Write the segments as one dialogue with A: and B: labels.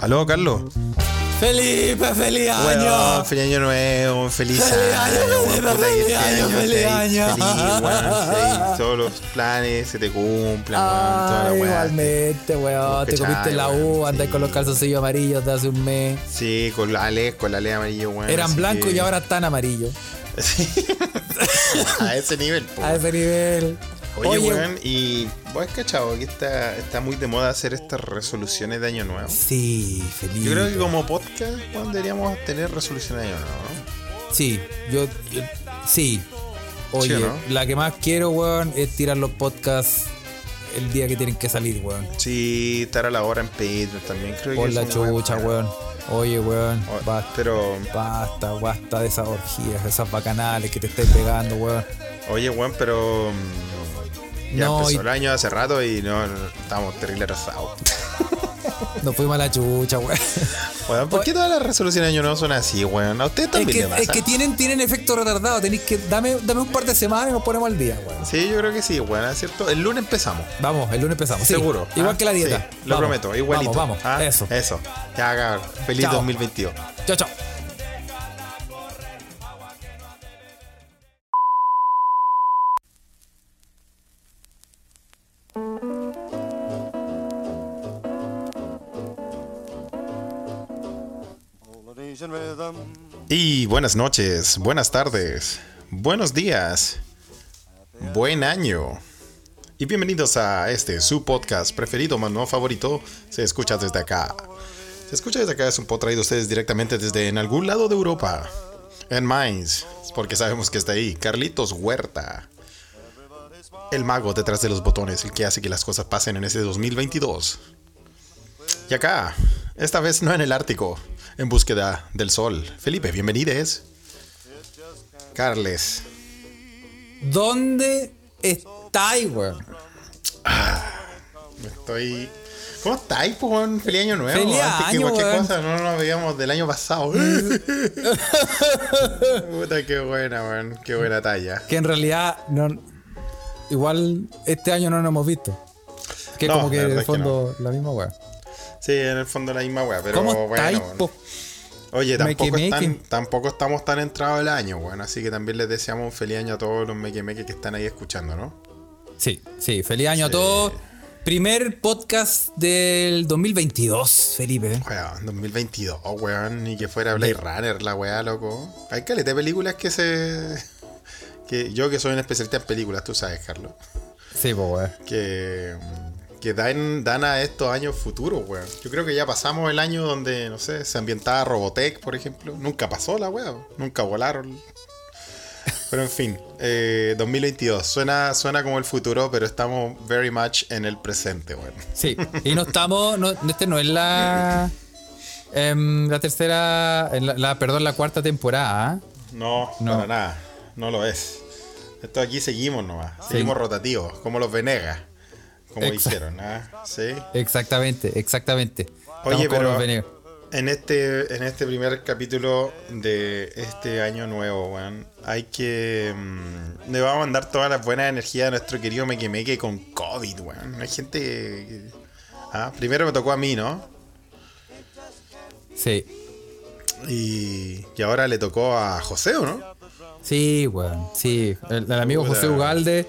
A: ¿Aló, Carlos?
B: Felipe, feliz
C: Bueno,
B: año.
C: feliz año nuevo, feliz,
B: Feliz año,
C: weón,
B: feliz
C: puta, que este
B: año, feliz
C: sea
B: año.
C: Feliz, weón, sea- todos los planes se te cumplan, weón, toda la
B: Ay,
C: weá.
B: igualmente, weón. Te
C: Cachai,
B: comiste la U,
C: weón,
B: andás
C: sí.
B: con los calzoncillos amarillos de hace un mes.
C: Sí, con la Ale, con la Ale amarillo, weón.
B: Eran
C: así
B: blancos
C: que-
B: y ahora están amarillos.
C: Sí. a ese nivel, po.
B: A ese nivel.
C: Oye, weón, y vos has cachado que está, está muy de moda hacer estas resoluciones de año nuevo.
B: Sí, feliz.
C: Yo creo que como podcast, weón, deberíamos tener resoluciones de año nuevo, ¿no?
B: Sí, yo. yo- sí. Oye,
C: ¿Sí o no?
B: la que más quiero, weón, es tirar los podcasts el día que tienen que salir, weón.
C: Sí, estar a la hora en Patreon también, creo
B: Por
C: que
B: la
C: es una buena
B: chucha,
C: idea.
B: weón. Oye, weón,
C: O-
B: basta.
C: Pero,
B: Basta, basta de esas orgías, esas bacanales que te estés pegando, weón.
C: oye, weón, pero. mm, Ya
B: No,
C: empezó
B: y-
C: el año hace rato y no, no, estamos terrible retrasados.
B: No fuimos a la chucha, weón.
C: Weón, ¿por qué todas las resoluciones de año nuevo son así, weón? A ustedes
B: Es
C: también
B: que,
C: les
B: es
C: pasa?
B: que tienen, tienen efecto retardado. Tenéis que. Dame, dame un par de semanas y nos ponemos al día, weón.
C: Sí, yo creo que sí, weón, es cierto. El lunes empezamos.
B: Vamos, el lunes empezamos. sí.
C: Seguro.
B: Igual
C: ¿ah?
B: que la dieta.
C: Sí, lo
B: Vamos,
C: prometo, igualito.
B: Vamos, vamos.
C: ¿ah?
B: Eso.
C: Eso. Ya, cabrón. Feliz
B: Chao.
C: 2022.
B: Chao, chao.
D: Polynesian rhythm,
C: Y buenas noches, buenas tardes, buenos días, buen año. Y bienvenidos a este, su podcast preferido, más no favorito, se escucha desde acá. Se escucha desde acá, es un pod traído a ustedes directamente desde en algún lado de Europa. En Mainz, porque sabemos que está ahí, Carlitos Huerta. El mago detrás de los botones, el que hace que las cosas pasen en este 2022. Y acá, esta vez no en el Ártico, en búsqueda del sol. Felipe, bienvenides. Carles.
B: ¿Dónde estáis, weón?
C: Estoy. ¿Cómo estáis, po, weón? Feliz año nuevo. ¿eh?
B: Feliz
C: Antes que
B: año,
C: cualquier
B: weón.
C: cosa, no nos veíamos del año pasado. Puta, qué buena, weón. Qué buena talla.
B: Que en realidad no, igual este año no nos hemos visto. Que
C: No,
B: como que
C: la
B: en
C: verdad
B: el
C: es que
B: fondo la misma weá.
C: Sí, en el fondo la misma weá, pero
B: ¿Cómo
C: bueno.
B: estáis,
C: weón.
B: po?
C: Oye,
B: Make
C: tampoco,
B: Make.
C: están- tampoco estamos tan entrados el año, weón. Así que también les deseamos un feliz año a todos los mequemeques que están ahí escuchando, ¿no?
B: Sí, sí, feliz año a todos. Primer podcast del 2022, Felipe.
C: Weón, 2022, weón, ni que fuera Blade Runner, la weá, loco. Hay caleta de películas que se. que yo que soy un especialista en películas, tú sabes, Carlos.
B: Sí, po, weón.
C: Que. mm, que dan, dan a estos años futuros, weón. Yo creo que ya pasamos el año donde, no sé, se ambientaba Robotech, por ejemplo. Nunca pasó la weá, nunca volaron. Pero en fin, eh, 2022. Suena, suena como el futuro, pero estamos very much en el presente, weón.
B: Sí, y no estamos, no, este no es la. em, la tercera, la, la- perdón, la cuarta temporada. ¿ah?
C: No,
B: No.
C: para nada. No lo es. Esto aquí seguimos nomás. Seguimos rotativos, como los Venegas. Como
B: Exacto.
C: dijeron, ¿ah? Sí.
B: Exactamente, exactamente. Estamos
C: Oye,
B: como
C: pero-
B: los veneos.
C: En este, en este primer capítulo de este año nuevo, weón, hay que. mm, le vamos a mandar todas las buenas energías a nuestro querido Mequemeque con COVID, weón. Hay gente. que- Ah, primero me tocó a mí, ¿no?
B: Sí,
C: Y, y ahora le tocó a José, ¿o no?
B: Sí, weón, sí. El, el amigo
C: Puta.
B: José Ugalde,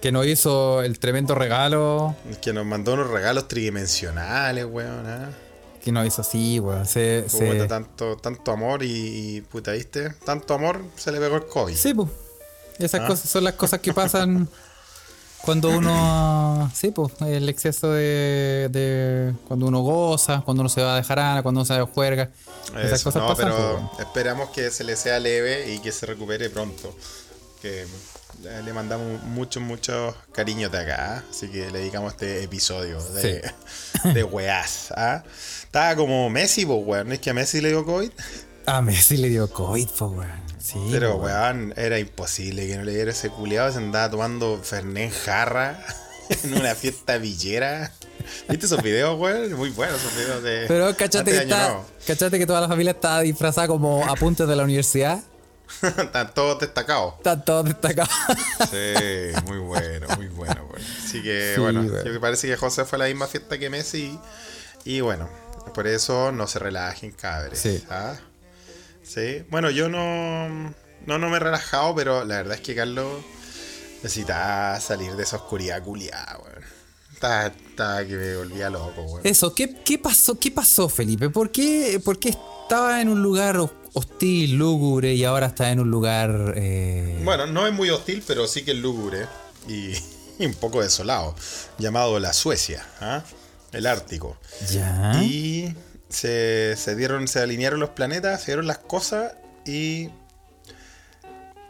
B: que nos hizo el tremendo regalo,
C: Que nos mandó unos regalos tridimensionales, weón. ¿ah?
B: que nos hizo así, weón. Se,
C: Como
B: se...
C: puta, Pues tanto, tanto amor y, y puta, ¿viste? Tanto amor se le pegó el COVID.
B: Sí, pues.
C: Ah.
B: Esas cosas son las cosas que pasan cuando uno... Sí, pues, el exceso de, de... Cuando uno goza, cuando uno se va de jarana, cuando uno se juerga. Esas
C: Eso,
B: cosas
C: no,
B: pasan, po,
C: pero
B: weón.
C: esperamos que se le sea leve y que se recupere pronto. Que eh, le mandamos muchos, muchos cariños de acá. ¿ah? Así que le dedicamos este episodio de, de weás. ¿ah? Estaba como Messi, pues, weón. Es que a Messi le dio COVID.
B: A Messi le dio COVID, pues, weón. Sí, pues,
C: Pero,
B: po,
C: weón, era imposible que no le diera ese culiado. Se andaba tomando Fernet en jarra en una fiesta villera. ¿Viste esos videos, weón? Muy buenos esos videos de.
B: Pero cachate
C: antes
B: que,
C: de Año
B: está, cachate que toda la familia está disfrazada como apuntes de la universidad.
C: Nuevo. Están todos destacados.
B: Están todos destacados.
C: Sí, muy bueno, muy bueno, weón. Así que,
B: Sí,
C: bueno,
B: weón.
C: yo que parece que José fue a la misma fiesta que Messi. Y bueno, Por eso no se relajen, cabres.
B: Sí.
C: ¿ah? Sí. Bueno, yo no, no, no me he relajado, pero la verdad es que Carlos necesita salir de esa oscuridad culiada, weón. Estaba, estaba que me volvía loco, weón.
B: Eso, ¿qué, qué pasó, ¿qué pasó, Felipe? ¿Por qué, por qué estaba en un lugar ho- hostil, lúgubre y ahora está en un lugar. eh,
C: Bueno, no es muy hostil, pero sí que es lúgubre y, y un poco desolado, llamado la Suecia, ¿ah? el Ártico.
B: ya.
C: Y se, se dieron, se alinearon los planetas, se dieron las cosas y.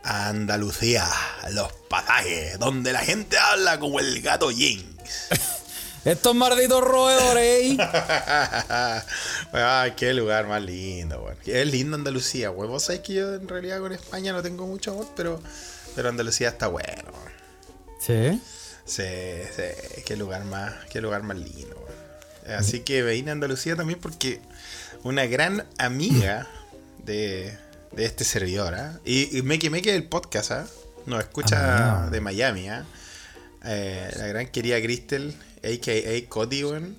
C: a Andalucía, los pasajes, donde la gente habla como el gato Jinx.
B: Estos malditos roedores, ¿eh?
C: Ay, qué lugar más lindo, weón. Es lindo Andalucía, weón. Vos sabés que yo en realidad con España no tengo mucho amor, pero, pero Andalucía está bueno, weón.
B: Sí.
C: Sí, sí, qué lugar más, qué lugar más lindo. weón. Así que vine a Andalucía también porque una gran amiga de, de este servidor, ¿ah? y, y Meki Meki del podcast, ¿ah? nos escucha
B: Ah.
C: de Miami, ¿ah? Eh, la gran querida Cristel, a.k.a. Cody, weón,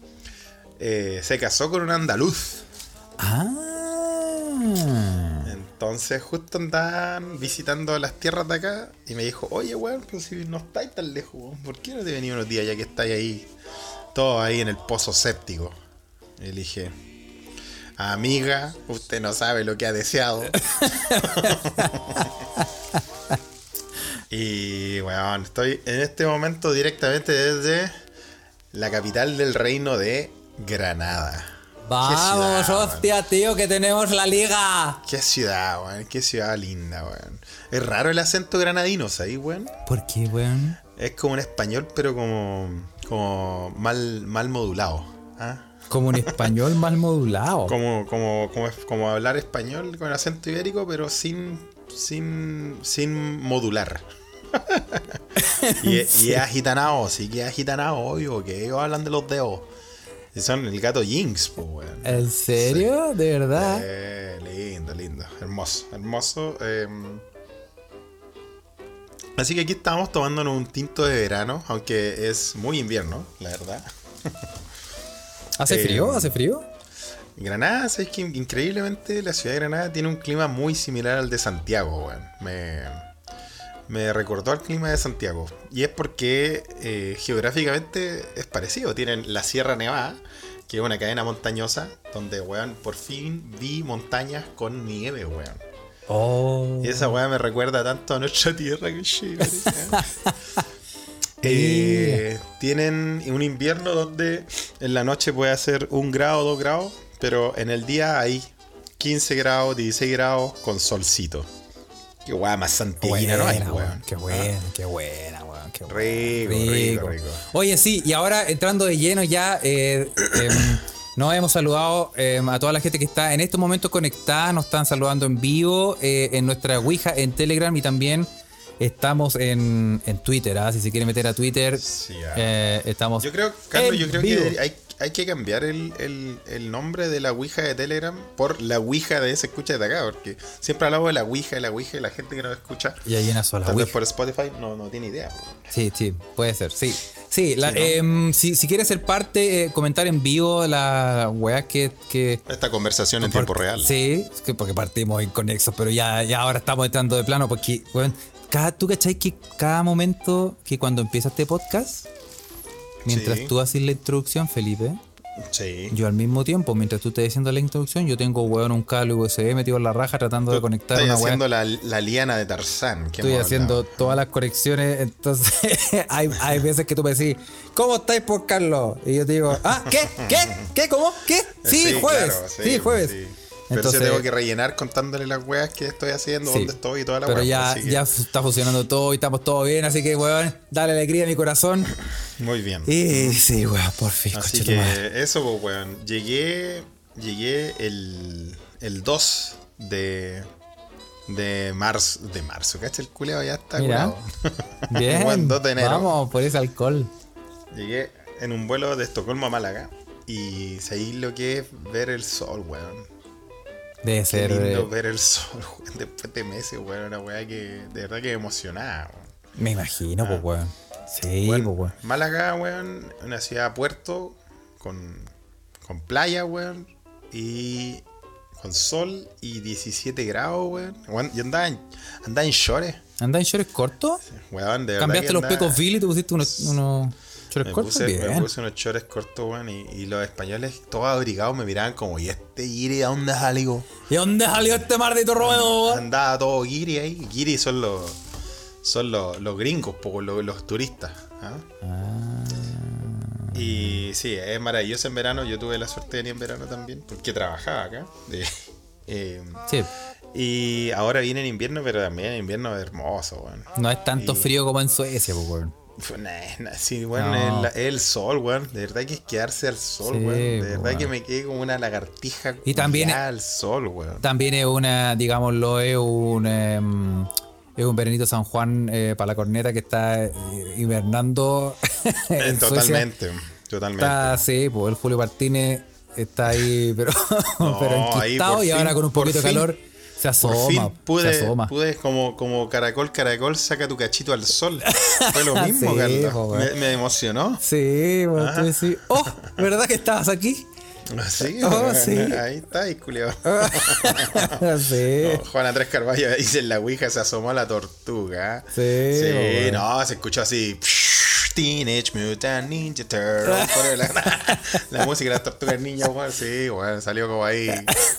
C: eh, se casó con un andaluz.
B: Ah.
C: Entonces justo andaban visitando las tierras de acá y me dijo, oye weón, pero si no estáis tan lejos, weón, ¿por qué no te venís unos días ya que estáis ahí, todos ahí en el pozo séptico? Y le dije, amiga, usted no sabe lo que ha deseado. y weón, estoy en este momento directamente desde la capital del reino de Granada.
B: Vamos,
C: ciudad,
B: hostia, tío, que tenemos la liga.
C: Qué ciudad, weón. Qué ciudad linda, weón. Es raro el acento granadino, ahí, weón?
B: ¿Por qué, weón?
C: Es como un español, pero como, como mal, mal modulado. ¿ah?
B: Como un español mal modulado.
C: Como, como, como, como hablar español con acento ibérico, pero sin, sin, sin modular. y, y es agitanao, sí que es agitanao, obvio, que ellos hablan de los dedos. Y son el gato Jinx, pues, weón.
B: ¿En serio? ¿De verdad?
C: Eh, lindo, lindo. Hermoso, hermoso. eh. Así que aquí estamos tomándonos un tinto de verano, aunque es muy invierno, la verdad.
B: ¿Hace
C: eh,
B: frío? ¿Hace frío?
C: Granada, sabes que increíblemente la ciudad de Granada tiene un clima muy similar al de Santiago, weón. Me, me recordó al clima de Santiago. Y es porque eh, geográficamente es parecido. Tienen la Sierra Nevada, que es una cadena montañosa, donde, weón, por fin vi montañas con nieve, weón.
B: Oh.
C: Y esa weá me recuerda tanto a nuestra tierra que chido. Eh, tienen un invierno donde en la noche puede hacer un grado, dos grados, pero en el día hay 15 grados, 16 grados con solcito. Qué weá más santillina no hay, weón. Ah.
B: Qué buena, qué buena, weón. Qué buena.
C: Rico, rico, rico.
B: Oye, sí, y ahora entrando de lleno ya, eh, em, nos hemos saludado em, a toda la gente que está en estos momentos conectada, nos están saludando en vivo, eh, en nuestra Ouija, en Telegram y también estamos en, en Twitter, ¿ah? si se quiere meter a Twitter,
C: Sí, ah.
B: eh, estamos...
C: Yo creo, Carlos,
B: en
C: yo creo
B: vivo.
C: que hay, hay que cambiar el, el- el nombre de la Ouija de Telegram por la Ouija de ese escucha de acá, porque siempre hablamos de la Ouija, de la Ouija y la gente que nos escucha.
B: Y hay una sola
C: Tal vez
B: Ouija.
C: por Spotify no, no tiene idea. po.
B: Sí, sí, puede ser, sí. Sí, la-
C: Sí, ¿no?
B: em, si, si quieres ser parte, eh, comentar en vivo la weá que... que
C: Esta conversación en tiempo
B: porque-
C: real.
B: Sí, es que porque partimos inconexos, pero ya, ya ahora estamos entrando de plano porque, weón, cada, tú cachai que cada momento que cuando empieza este podcast, mientras
C: Sí.
B: tú haces la introducción, Felipe,
C: Sí.
B: yo al mismo tiempo, mientras tú estés haciendo la introducción, yo tengo, weón, un cable USB metido en la raja tratando de conectar
C: Estoy
B: una weá.
C: haciendo la, la liana de Tarzán. Eh, que
B: Estoy
C: hemos
B: haciendo
C: hablado.
B: todas las conexiones, entonces hay, hay veces que tú me decís, ¿cómo estáis por Carlos? Y yo te digo, ¿ah? ¿Qué? ¿Qué? ¿Qué? ¿Cómo? ¿Qué?
C: Eh,
B: Sí, jueves.
C: claro,
B: sí, jueves.
C: sí. Pero
B: Entonces,
C: yo tengo que rellenar contándole las weas que estoy haciendo,
B: sí.
C: dónde estoy y toda la
B: Pero
C: wea,
B: ya,
C: así que-
B: ya fu- está funcionando todo y estamos todo bien, así que, weón, dale alegría a mi corazón.
C: Muy bien.
B: Y sí, weón, por fin,
C: Así
B: coche tu
C: que
B: madre.
C: eso, pues, weón. Llegué, llegué el, el 2 de, de marzo. De marzo, ¿cachai? El culeado ya está
B: Mira.
C: curado.
B: Bien,
C: Buen 2 de enero.
B: vamos por ese alcohol.
C: Llegué en un vuelo de Estocolmo a Málaga. Y seguí lo que es ver el sol, weón.
B: Debe
C: Qué
B: ser,
C: lindo
B: eh,
C: ver el sol, weón. Después de meses, weón. Una weá que de verdad que me emocionaba, weón.
B: me imagino, pues, weón. Sí,
C: Bueno,
B: pues, weón.
C: Málaga, weón, una ciudad puerto con, Con playa, weón. Y con sol y 17 grados, weón. Weón, Yo andaba en, andaba en shorts.
B: ¿Andás en shorts cortos?
C: Weón, de verdad
B: ¿Cambiaste
C: que
B: los
C: andaba-
B: pecos Billy y te pusiste unos, unos shorts
C: me
B: cortos?
C: puse, me
B: Bien.
C: puse unos chores cortos, weón. Y, y los españoles, todos abrigados, me miraban como, ¿y este guiri a dónde salió?
B: ¿Y dónde salió este maldito ruedo? weón?
C: Andaba todo guiri ahí. Guiri son los, son los, los gringos, po, los, los turistas. ¿ah? Y sí, es maravilloso en verano. Yo tuve la suerte de venir en verano también, porque trabajaba acá. de- eh,
B: Sí,
C: y ahora viene en invierno, pero también en invierno es hermoso, weón.
B: no es tanto frío como en Suecia, po, weón.
C: Fue- nah, nah, sí, weón,
B: No.
C: el, la- el sol, weón. De verdad que es quedarse al sol,
B: Sí,
C: weón. De verdad
B: weón.
C: que me quedé como una lagartija.
B: Y también-
C: culiada al sol, weón.
B: También es una, digámoslo, es un. em, es un Benito San Juan eh, para la corneta que está eh, hibernando. en
C: Eh,
B: Suecia.
C: totalmente, totalmente.
B: Está, sí, pues el Julio Martínez está ahí, pero,
C: No,
B: pero
C: ahí
B: enquistado
C: por
B: y ahora
C: fin,
B: con un
C: por
B: poquito de
C: fin,
B: calor se
C: Por
B: asoma.
C: fin
B: se
C: pude,
B: asoma.
C: pude como, como caracol, caracol, saca tu cachito al sol. Fue lo mismo,
B: Sí,
C: Carlos.
B: po,
C: me,
B: weón.
C: me emocionó.
B: Sí, bueno, tú decís, oh, ¿verdad que estabas aquí?
C: Sí,
B: Oh,
C: weón,
B: sí. Oh,
C: ahí está, y culiao.
B: sí.
C: No, Juan Andrés Carballo dice en la Ouija se asomó la tortuga.
B: Sí,
C: Sí,
B: weón.
C: no, se escuchó así. Teenage Mutant Ninja Turtles. Poner La, la música de las tortugas ninja, weón. Sí, weón, salió como ahí,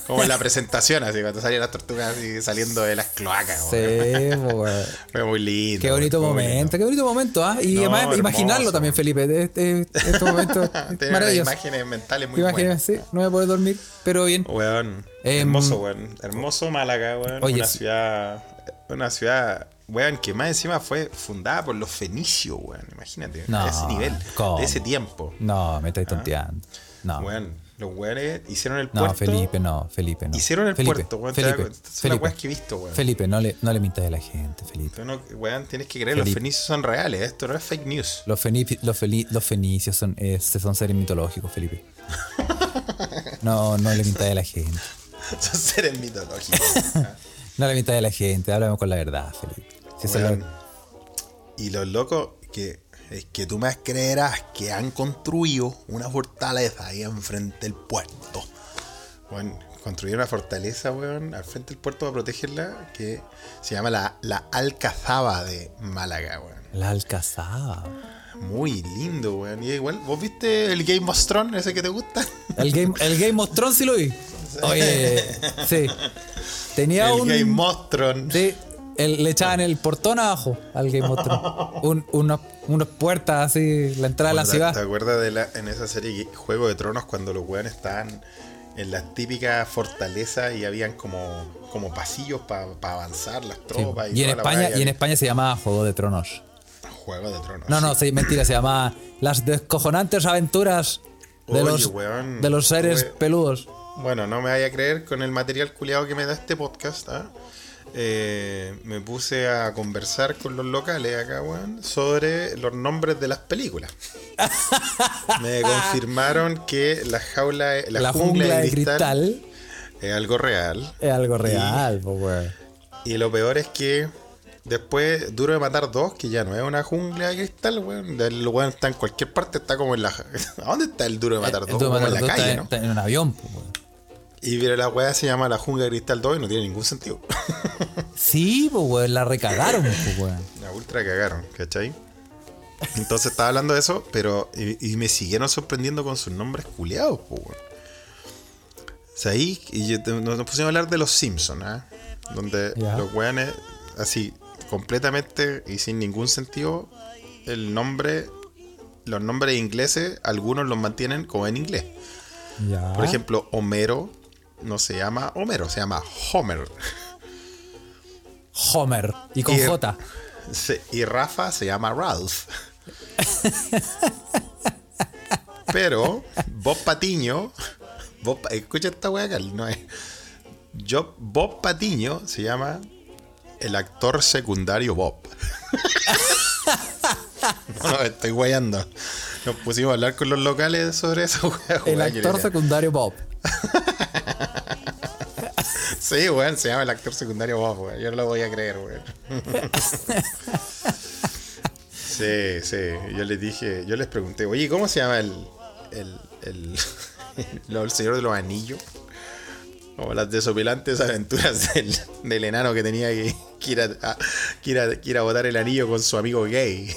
C: como en la presentación, así, cuando salían las tortugas así, saliendo de las cloacas,
B: Sí,
C: weón.
B: po, weón.
C: Fue muy lindo.
B: Qué
C: weón,
B: bonito
C: fue muy
B: momento, qué bonito momento, ¿ah? Y
C: No,
B: además
C: hermoso.
B: imaginarlo también, Felipe, de este, de este momento
C: Ah, Tiene unas
B: maravilloso.
C: imágenes mentales muy Oh.
B: Imagínate,
C: buenas.
B: sí, no voy a poder dormir, pero bien.
C: Weón.
B: Em,
C: hermoso, weón. Hermoso Málaga, weón.
B: oye,
C: una
B: sí.
C: ciudad. Una ciudad, weón, que más encima fue fundada por los fenicios, weón. Imagínate.
B: No,
C: a ese nivel.
B: ¿cómo?
C: De ese tiempo.
B: No, me estáis
C: Ah.
B: tonteando. No,
C: Weón. Los weones hicieron el
B: no,
C: puerto.
B: Felipe, no, Felipe, no.
C: Hicieron el
B: Felipe,
C: puerto, weón.
B: Felipe,
C: Felipe, son las
B: Felipe.
C: weas que he visto, weón.
B: Felipe, no le, no le mintas a la gente, Felipe.
C: Tú no- weón, tienes que creer, los
B: Felipe.
C: fenicios son reales. Esto no es fake news.
B: Los, feni- los, feli- los fenicios son, eh, son seres mitológicos, Felipe. No, no le mintas a la gente.
C: Son seres mitológicos.
B: No le mintas a la gente, hablamos con la verdad, Felipe. Si eso es lo-
C: Weón. Y los locos que es que tú me creerás que han construido una fortaleza ahí enfrente del puerto. Bueno, construyeron una fortaleza, weón, al frente del puerto para protegerla, que se llama la, la Alcazaba de Málaga, weón.
B: la alcazaba.
C: Muy lindo, weón. Y igual, ¿vos viste el Game of Thrones, ese que te gusta?
B: El Game, el Game of Thrones sí lo vi. Oye, sí. Tenía
C: el
B: un.
C: Game of Thrones.
B: Sí, el- le echaban el portón abajo al Game of Thrones. Un- unas- unas puertas así, la entrada a la
C: Bueno, ¿te-
B: ciudad.
C: ¿Te acuerdas de la, en esa serie que- Juego de Tronos cuando los weones estaban en las típicas fortalezas y habían como, como pasillos para avanzar las
B: Sí.
C: tropas?
B: Y en
C: toda la weá,
B: España, y en
C: había-
B: España se llamaba Juego de Tronos.
C: Juego de Tronos.
B: No,
C: Ah, sí.
B: no, sí, mentira, se llamaba Las descojonantes aventuras de,
C: Oye,
B: los,
C: weón,
B: de los seres
C: tuve-
B: peludos.
C: Bueno, no me vaya a creer con el material culiado que me da este podcast. ¿ah? Eh, me puse a conversar con los locales acá, weón, sobre los nombres de las películas. me confirmaron que la jaula, la,
B: La, jungla, de cristal
C: es algo real.
B: es algo real, po, weón.
C: Y lo peor es que después Duro de Matar 2, que ya no es una jungla de cristal, weón. El weón está en cualquier parte, está como en la. ¿A dónde está Eh, el Duro de Matar 2?
B: Tú
C: Como en
B: matas
C: la
B: dos,
C: calle,
B: está-
C: ¿no?
B: está en un avión, po, weón.
C: Y pero la weá se llama La Jungla de Cristal 2 y no tiene ningún sentido.
B: Sí, po, weón, la recagaron, po, weón.
C: la ultra cagaron, ¿cachai? Entonces estaba hablando de eso, pero. Y, y me siguieron sorprendiendo con sus nombres culeados, po, weón. O sea, ahí y yo- nos, nos pusimos a hablar de los Simpsons, ¿ah? Donde
B: Ya.
C: los weones, así, completamente y sin ningún sentido, el nombre. Los nombres ingleses, algunos los mantienen como en inglés.
B: Ya.
C: Por ejemplo, Homero no se llama Homero, se llama Homer.
B: Homer. Y con
C: Y-
B: J.
C: Se- y Rafa se llama Ralph. Pero Bob Patiño, Bob, Pa- escucha esta wea Carl, no es. Yo, Bob Patiño se llama el actor secundario Bob. no, no, estoy guayando. Nos pusimos a hablar con los locales sobre eso, wea,
B: El
C: wea,
B: actor
C: que-
B: secundario Bob.
C: Sí, weón, se llama el actor secundario Bob, weón. Yo no lo voy a creer, weón. sí, sí. Yo les dije, yo les pregunté, oye, ¿cómo se llama el. el. el, Lo del Señor de los Anillos. O las desopilantes aventuras del, del enano que tenía que, que ir, a, a- que ir a- que ir a botar el anillo con su amigo gay.
B: Sí,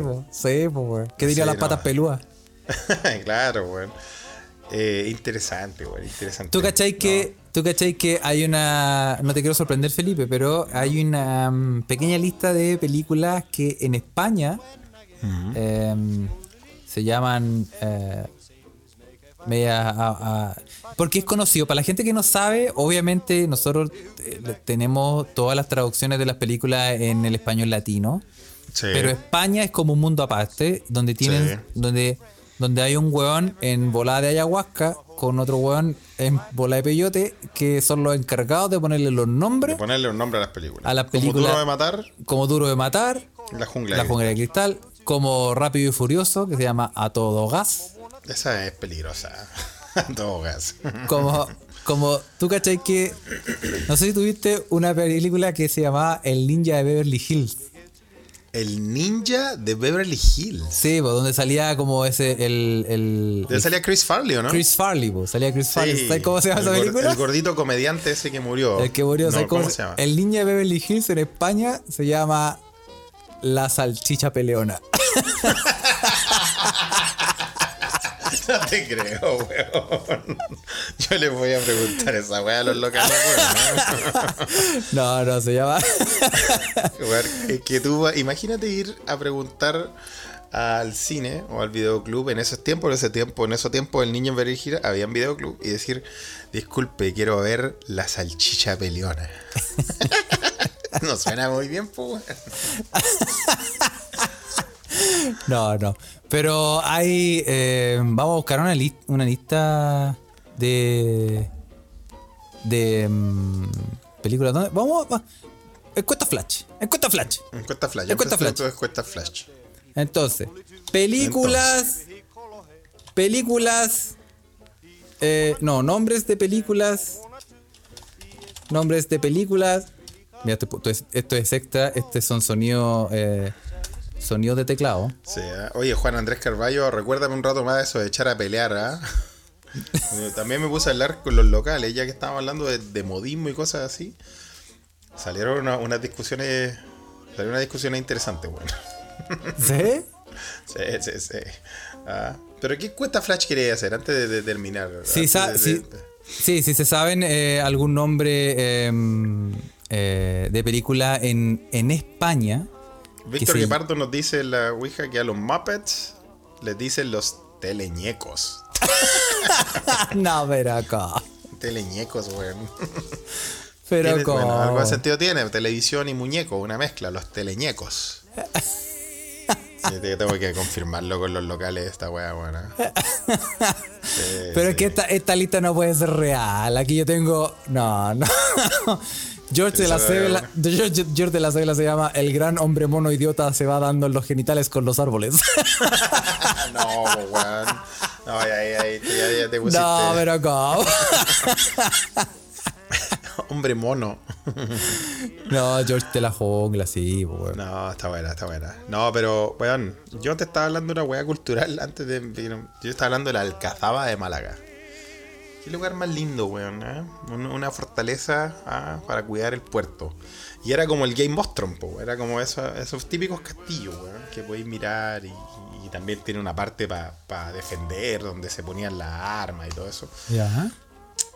B: po, sí, po, weón. ¿Qué diría
C: Sí,
B: las
C: no.
B: patas pelúas?
C: claro, weón. Eh, interesante, weón. Interesante.
B: ¿Tú cachai que, tú cachai que hay una. No te quiero sorprender, Felipe, pero hay una mm, pequeña lista de películas que en España em, se llaman. eh, media- a- a- porque es conocido. Para la gente que no sabe, obviamente nosotros eh, tenemos todas las traducciones de las películas en el español latino.
C: Sí.
B: Pero España es como un mundo aparte, donde tienen,
C: Sí.
B: donde, donde hay un weón en volada de ayahuasca con otro weón en bola de peyote, que son los encargados de ponerle los
C: De
B: nombres,
C: ponerle un nombre a las películas.
B: A las
C: Como
B: películas-
C: duro de matar,
B: como Duro de Matar,
C: la jungla.
B: La
C: de-
B: Jungla de Cristal, como Rápido y Furioso, que se llama A Todo Gas,
C: Esa es peligrosa. A todo gas.
B: como, como tú cachai que, no sé si tuviste una película que se llamaba El Ninja de Beverly Hills.
C: El ninja de Beverly Hills.
B: Sí, pues, donde salía como ese, el, el,
C: Le salía Chris Farley, ¿o no?
B: Chris Farley, pues, salía Chris
C: Sí.
B: Farley. ¿Sabes cómo se llama
C: El
B: esa
C: gor-
B: película?
C: El gordito comediante ese que murió.
B: El que murió,
C: No,
B: ¿sabes
C: ¿cómo,
B: cómo se-
C: se llama?
B: El niño de Beverly Hills en España se llama La Salchicha Peleona.
C: No te creo, weón. Yo les voy a preguntar esa weá a los locales, weón.
B: No, no, se llama.
C: Weón, que- que tú, imagínate ir a preguntar al cine o al videoclub en esos tiempos, en ese tiempo, en esos tiempos el niño en Beverly Hills había un videoclub y decir, disculpe, quiero ver la salchicha peleona. no suena muy bien, pues. weón.
B: No, no. Pero hay. eh, vamos a buscar una, lis- una lista de. de. mm, películas. ¿Dónde? Vamos. va- Encuesta Flash. Encuesta Flash.
C: Encuesta flash.
B: Encuesta
C: Empecé
B: flash.
C: todo Encuesta flash.
B: Entonces, películas. Películas. eh, no, nombres de películas. Nombres de películas. Mira, esto, esto es, esto es extra. Este son sonidos. eh, sonidos de teclado.
C: Sí, ¿eh? Oye, Juan Andrés Carballo, recuérdame un rato más de eso de echar a pelear, ¿ah? Eh, También me puse a hablar con los locales, ya que estábamos hablando de, de modismo y cosas así. Salieron una- unas discusiones. Salieron unas discusiones interesantes, bueno.
B: ¿Sí?
C: Sí, sí, sí. Ah, Pero ¿qué cuesta Flash quería hacer antes de, de terminar?
B: Sí,
C: Antes
B: sa-
C: de-
B: Ah, sí,
C: de-
B: sí, si se saben eh, algún nombre eh, eh, de película en, en España.
C: Víctor
B: que sí.
C: Guepardo nos dice en la Ouija que a los Muppets les dicen los teleñecos.
B: no, pero acá.
C: Teleñecos, weón.
B: Pero
C: Tiene-
B: como.
C: bueno, algo de sentido tiene, televisión y muñeco, una mezcla, los teleñecos. Sí, te- tengo que confirmarlo con los locales de esta weá, buena.
B: Pero es que
C: Este.
B: esta, esta lista no puede ser real. Aquí yo tengo. No, no. George de la
C: Esa era
B: Cebla. George, George de la Cebla se llama El gran hombre mono idiota se va dando en los genitales con los árboles.
C: Ah, No, weón. No, ya, ya, ya, ya- ya te pusiste.
B: no, pero ¿cómo?
C: Hombre mono.
B: No, George de la jungla, sí, po, weón.
C: No, está buena, está buena. No, pero, weón, yo te estaba hablando de una weá cultural antes de. Yo estaba hablando de la Alcazaba de Málaga. Qué lugar más lindo, weón. eh? Un- Una fortaleza ah, para cuidar el puerto. Y era como el Game Bostrom, po, era como esos, esos típicos castillos, weón, que podéis mirar y, y también tiene una parte para defender, donde se ponían las armas y todo eso
B: Ya.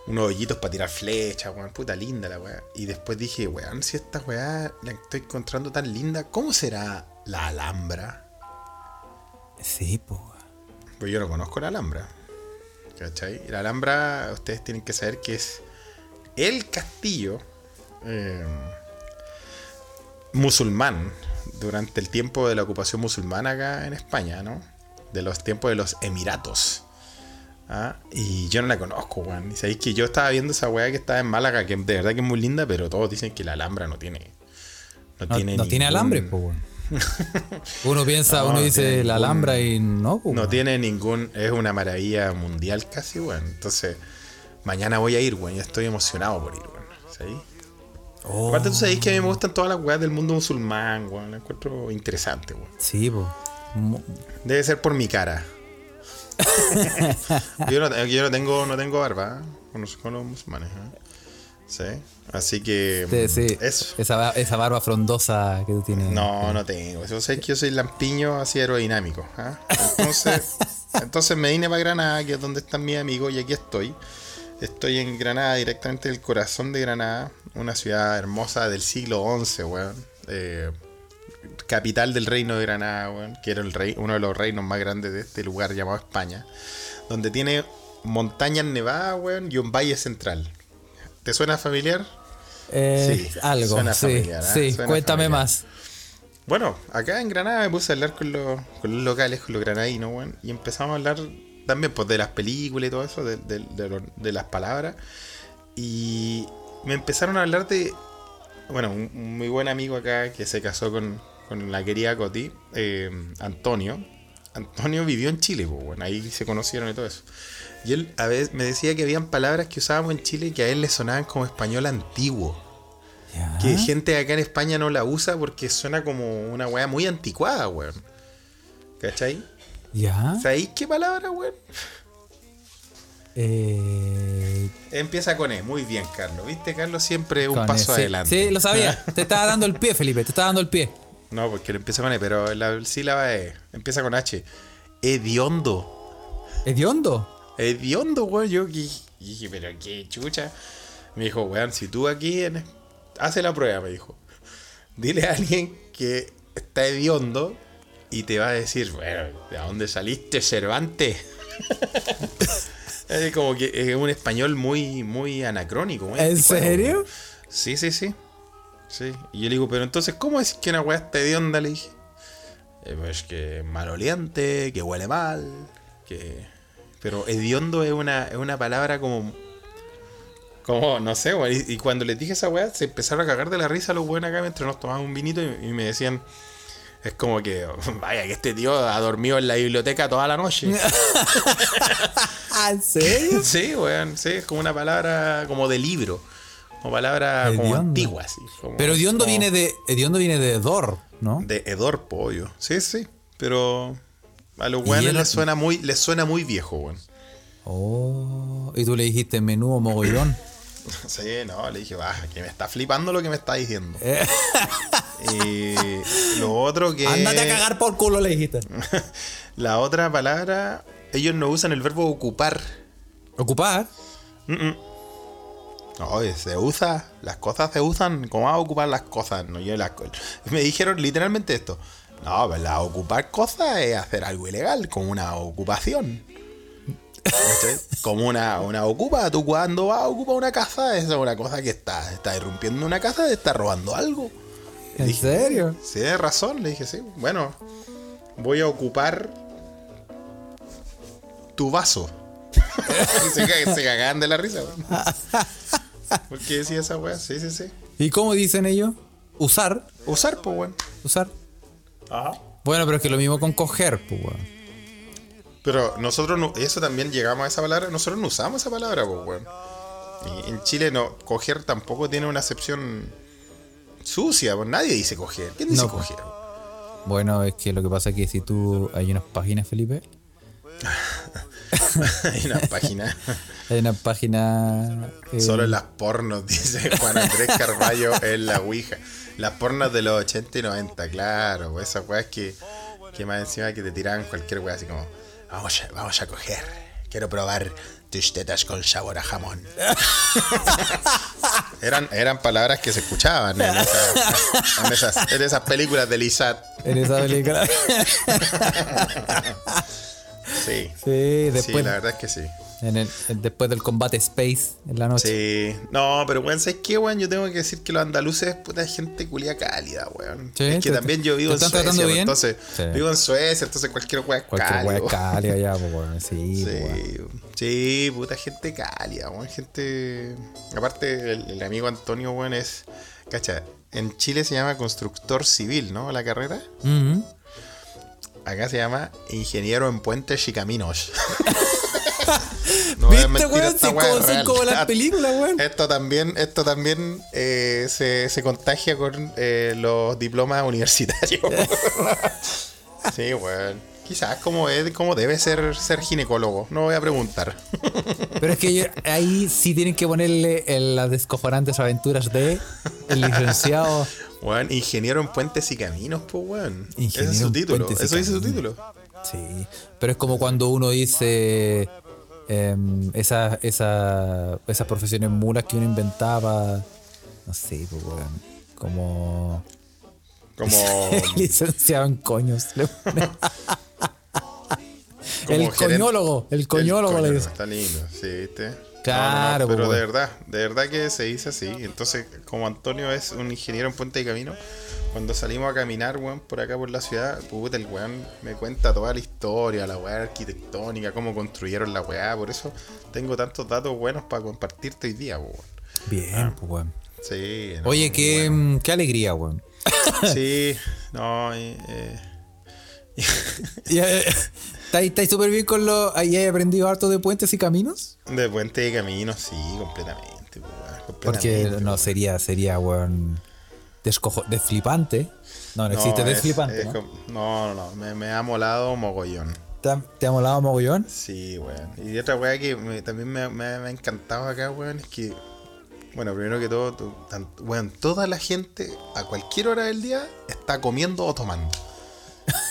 C: unos hoyitos para tirar flechas, weón. Puta linda la weá. Y después dije, weón, si esta weá la estoy encontrando tan linda, ¿cómo será la Alhambra?
B: Sí, po. weón.
C: Pues yo no conozco la Alhambra. ¿Cachai? Y La Alhambra, ustedes tienen que saber que es el castillo eh, musulmán durante el tiempo de la ocupación musulmana acá en España, ¿no? De los tiempos de los Emiratos. Ah, Y yo no la conozco, weón. Y sabéis que yo estaba viendo esa weá que está en Málaga, que de verdad que es muy linda, pero todos dicen que la Alhambra no tiene. No,
B: No,
C: tiene,
B: no tiene
C: ningún-
B: alambre, po, weón. Uno piensa,
C: No,
B: uno
C: no
B: dice
C: tiene ningún-
B: la alhambra y no, po,
C: No
B: weón.
C: tiene ningún. Es una maravilla mundial casi, weón. Entonces, mañana voy a ir, weón. Yo estoy emocionado por ir, weón. ¿Sabéis?
B: Oh,
C: Aparte, tú sabéis que a mí me gustan todas las weas del mundo musulmán, weón. La encuentro interesante, weón.
B: Sí, po. Mu-
C: Debe ser por mi cara. yo no, eh, yo no tengo, no tengo barba ¿eh? con los, con los musulmanes. ¿eh? Sí. Así que.
B: Sí, sí.
C: Eso.
B: Esa, ba- esa barba frondosa que tú tienes.
C: No, no tengo. Yo sé que yo soy lampiño así aerodinámico. ¿ah? Entonces, entonces me vine para Granada, que es donde están mis amigos, y aquí estoy. Estoy en Granada, directamente del corazón de Granada, una ciudad hermosa del siglo XI, weón. Eh, capital del reino de Granada, weón, que era el rey, uno de los reinos más grandes de este lugar llamado España, donde tiene montañas nevadas, weón, y un valle central. ¿Te suena familiar?
B: Eh,
C: Sí,
B: algo.
C: suena
B: sí,
C: familiar, ¿eh?
B: sí.
C: Suena
B: cuéntame
C: familiar.
B: más.
C: Bueno, acá en Granada me puse a hablar con los, con los locales, con los granadinos, weón. Y empezamos a hablar también pues, de las películas y todo eso, de, de- de lo- de las palabras. Y me empezaron a hablar de. Bueno, un, un muy buen amigo acá que se casó con, con la querida Coti, eh, Antonio. Antonio vivió en Chile, pues, bueno, ahí se conocieron y todo eso. Y él a veces me decía que habían palabras que usábamos en Chile que a él le sonaban como español antiguo
B: Ya.
C: que gente acá en España no la usa porque suena como una weá muy anticuada, weón. ¿Cachai?
B: Ya.
C: ¿Sabéis qué palabra, weón?
B: Eh,
C: Empieza con E, muy bien, Carlos. ¿Viste, Carlos? Siempre un
B: con
C: paso
B: ese-
C: adelante.
B: Sí, lo sabía. te estaba dando el pie, Felipe. Te estaba dando el pie.
C: No, porque no empieza con E, pero la sílaba es. Empieza con H. Hediondo.
B: ¿Hediondo?
C: Hediondo, weón. Yo que- dije, pero qué chucha. Me dijo, weón, si tú aquí. En... Hace la prueba, me dijo. Dile a alguien que está hediondo y te va a decir, bueno, ¿de dónde saliste, Cervantes? es como que es un español muy, muy anacrónico. muy
B: ¿En
C: anticuado.
B: serio?
C: Sí, sí, sí. Sí. Y yo le digo, pero entonces, ¿cómo es que una weá está hedionda? Le dije. "Eh, pues que es maloliente, que huele mal, que... Pero hediondo es una, es una palabra como... Como, no sé, weón. Y, y cuando les dije esa weá, se empezaron a cagar de la risa los weones acá mientras nos tomaban un vinito y, y me decían... Es como que, vaya, que este tío ha dormido en la biblioteca toda la noche.
B: Ah, ¿En serio?
C: sí, weón, sí, es como una palabra como de libro. Como palabra como
B: Hediondo.
C: antigua, así. como-
B: Pero hediondo
C: como-
B: viene de. Hediondo viene de Dor, ¿no?
C: De hedor pollo. Sí, sí. Pero a los weones
B: el-
C: les suena muy, les suena muy viejo, weón.
B: Oh. Y tú le dijiste menú o mogollón.
C: Sí, no, le dije, baja, que me está flipando lo que me está diciendo.
B: Eh.
C: y lo otro que.
B: Ándate a cagar por culo, le dijiste.
C: La otra palabra, ellos no usan el verbo ocupar.
B: Ocupar.
C: No, oye, se usa, las cosas se usan, ¿cómo vas a ocupar las cosas? No, yo las co- me dijeron literalmente esto. No, pues la ocupar cosas es hacer algo ilegal, como una ocupación. ¿Cachai? Como una, una ocupa, tú cuando vas a ocupar una casa, esa es una cosa que está, está irrumpiendo una casa, te está robando algo.
B: ¿En
C: Dije,
B: serio?
C: Sí, tienes razón, le dije, sí. Bueno, voy a ocupar tu vaso. Y se, ca- se cagaban de la risa, weón. ¿Por qué decía esa weá? Sí, sí, sí.
B: ¿Y cómo dicen ellos? Usar.
C: Usar, pues, weón.
B: Usar. Bueno, pero es que lo mismo con coger, pues, weón.
C: Pero nosotros, no- eso también llegamos a esa palabra. Nosotros no usamos esa palabra, pues, weón. Y en Chile, no, coger tampoco tiene una acepción sucia, pues nadie dice coger. ¿Quién dice
B: No.
C: coger?
B: Bueno, es que lo que pasa es que si tú. Hay unas páginas, Felipe.
C: Hay una página.
B: Hay una página. eh,
C: Solo en las pornos, dice Juan Andrés Carballo en la Ouija. Las pornos de los 80 y 90, claro. pues, Esas weas que, que más encima que te tiraban cualquier wea así como, vamos a, vamos a coger. Quiero probar tus tetas con sabor a jamón. eran, eran palabras que se escuchaban en, esa- en esas, en esas películas de Lizat.
B: En esa película.
C: Sí.
B: sí,
C: sí,
B: después.
C: la verdad es que sí.
B: en el- en- después del combate Space en la noche.
C: Sí, no, pero weón, ¿sabes qué, weón? Yo tengo que decir que los andaluces, puta, es gente culia cálida, weón.
B: Sí,
C: es que
B: te-
C: también
B: te-
C: yo vivo
B: te
C: en
B: están
C: Suecia,
B: tratando
C: pues,
B: bien.
C: entonces,
B: Sí.
C: vivo en Suecia, entonces cualquier weón es
B: Cualquier weá
C: cálido.
B: de Cali allá, pues, weón. Sí, pues, weón.
C: Sí, sí, puta, gente cálida, weón, gente... Aparte, el, el amigo Antonio, weón, es... Cacha, en Chile se llama constructor civil, ¿no? La carrera.
B: Ujú.
C: Acá se llama ingeniero en puentes y caminos.
B: ¿Viste, weón? Sí, como- son
C: la
B: como las películas, weón.
C: Esto también, esto también eh, se, se contagia con eh, los diplomas universitarios. Sí, weón. Quizás como es, como debe ser ser ginecólogo. No voy a preguntar.
B: Pero es que yo- ahí sí tienen que ponerle el- las descojonantes aventuras de el licenciado.
C: Weón, ingeniero en puentes y caminos, pues weón. Ese
B: Ingeniero
C: es su
B: en
C: título.
B: puentes y
C: Eso dice su
B: caminos.
C: título.
B: Sí. Pero es como cuando uno dice em, esa- esa- esas profesiones mulas que uno inventaba. No sé, pues, weón. Como
C: Como,
B: licenciado en coños. le pone.
C: como
B: el
C: gerente-
B: coñólogo. El coñólogo le
C: coñólogo,
B: dice.
C: Está lindo, sí, ¿viste? No, no, no,
B: Claro,
C: pero
B: pues,
C: de verdad, de verdad que se dice así. Entonces, como Antonio es un ingeniero en puente y camino, cuando salimos a caminar, weón, por acá por la ciudad, puta, el weón me cuenta toda la historia, la weá arquitectónica, cómo construyeron la weá. Por eso tengo tantos datos buenos para compartirte hoy día, weón.
B: Bien, pues, weón.
C: Sí. no,
B: Oye, qué, mm,
C: weón.
B: qué alegría, weón.
C: Sí, no, y, eh,
B: Ya, eh, ¿Estáis estáis súper bien con lo. ahí ¿Hay aprendido harto de puentes y caminos?
C: de puente y camino, sí, completamente, pues, weón,
B: Porque
C: completamente,
B: no, sería, sería, weón. Descojo, desflipante. No, no existe
C: es-
B: desflipante.
C: es
B: ¿no?
C: como- no, no, no, me, me ha molado mogollón.
B: ¿Te, ha, te ha molado mogollón?
C: Sí, weón. Y otra weá que me- también me, me- me ha encantado acá, weón, es que, bueno, primero que todo, tú- tan- weón, toda la gente a cualquier hora del día está comiendo o tomando.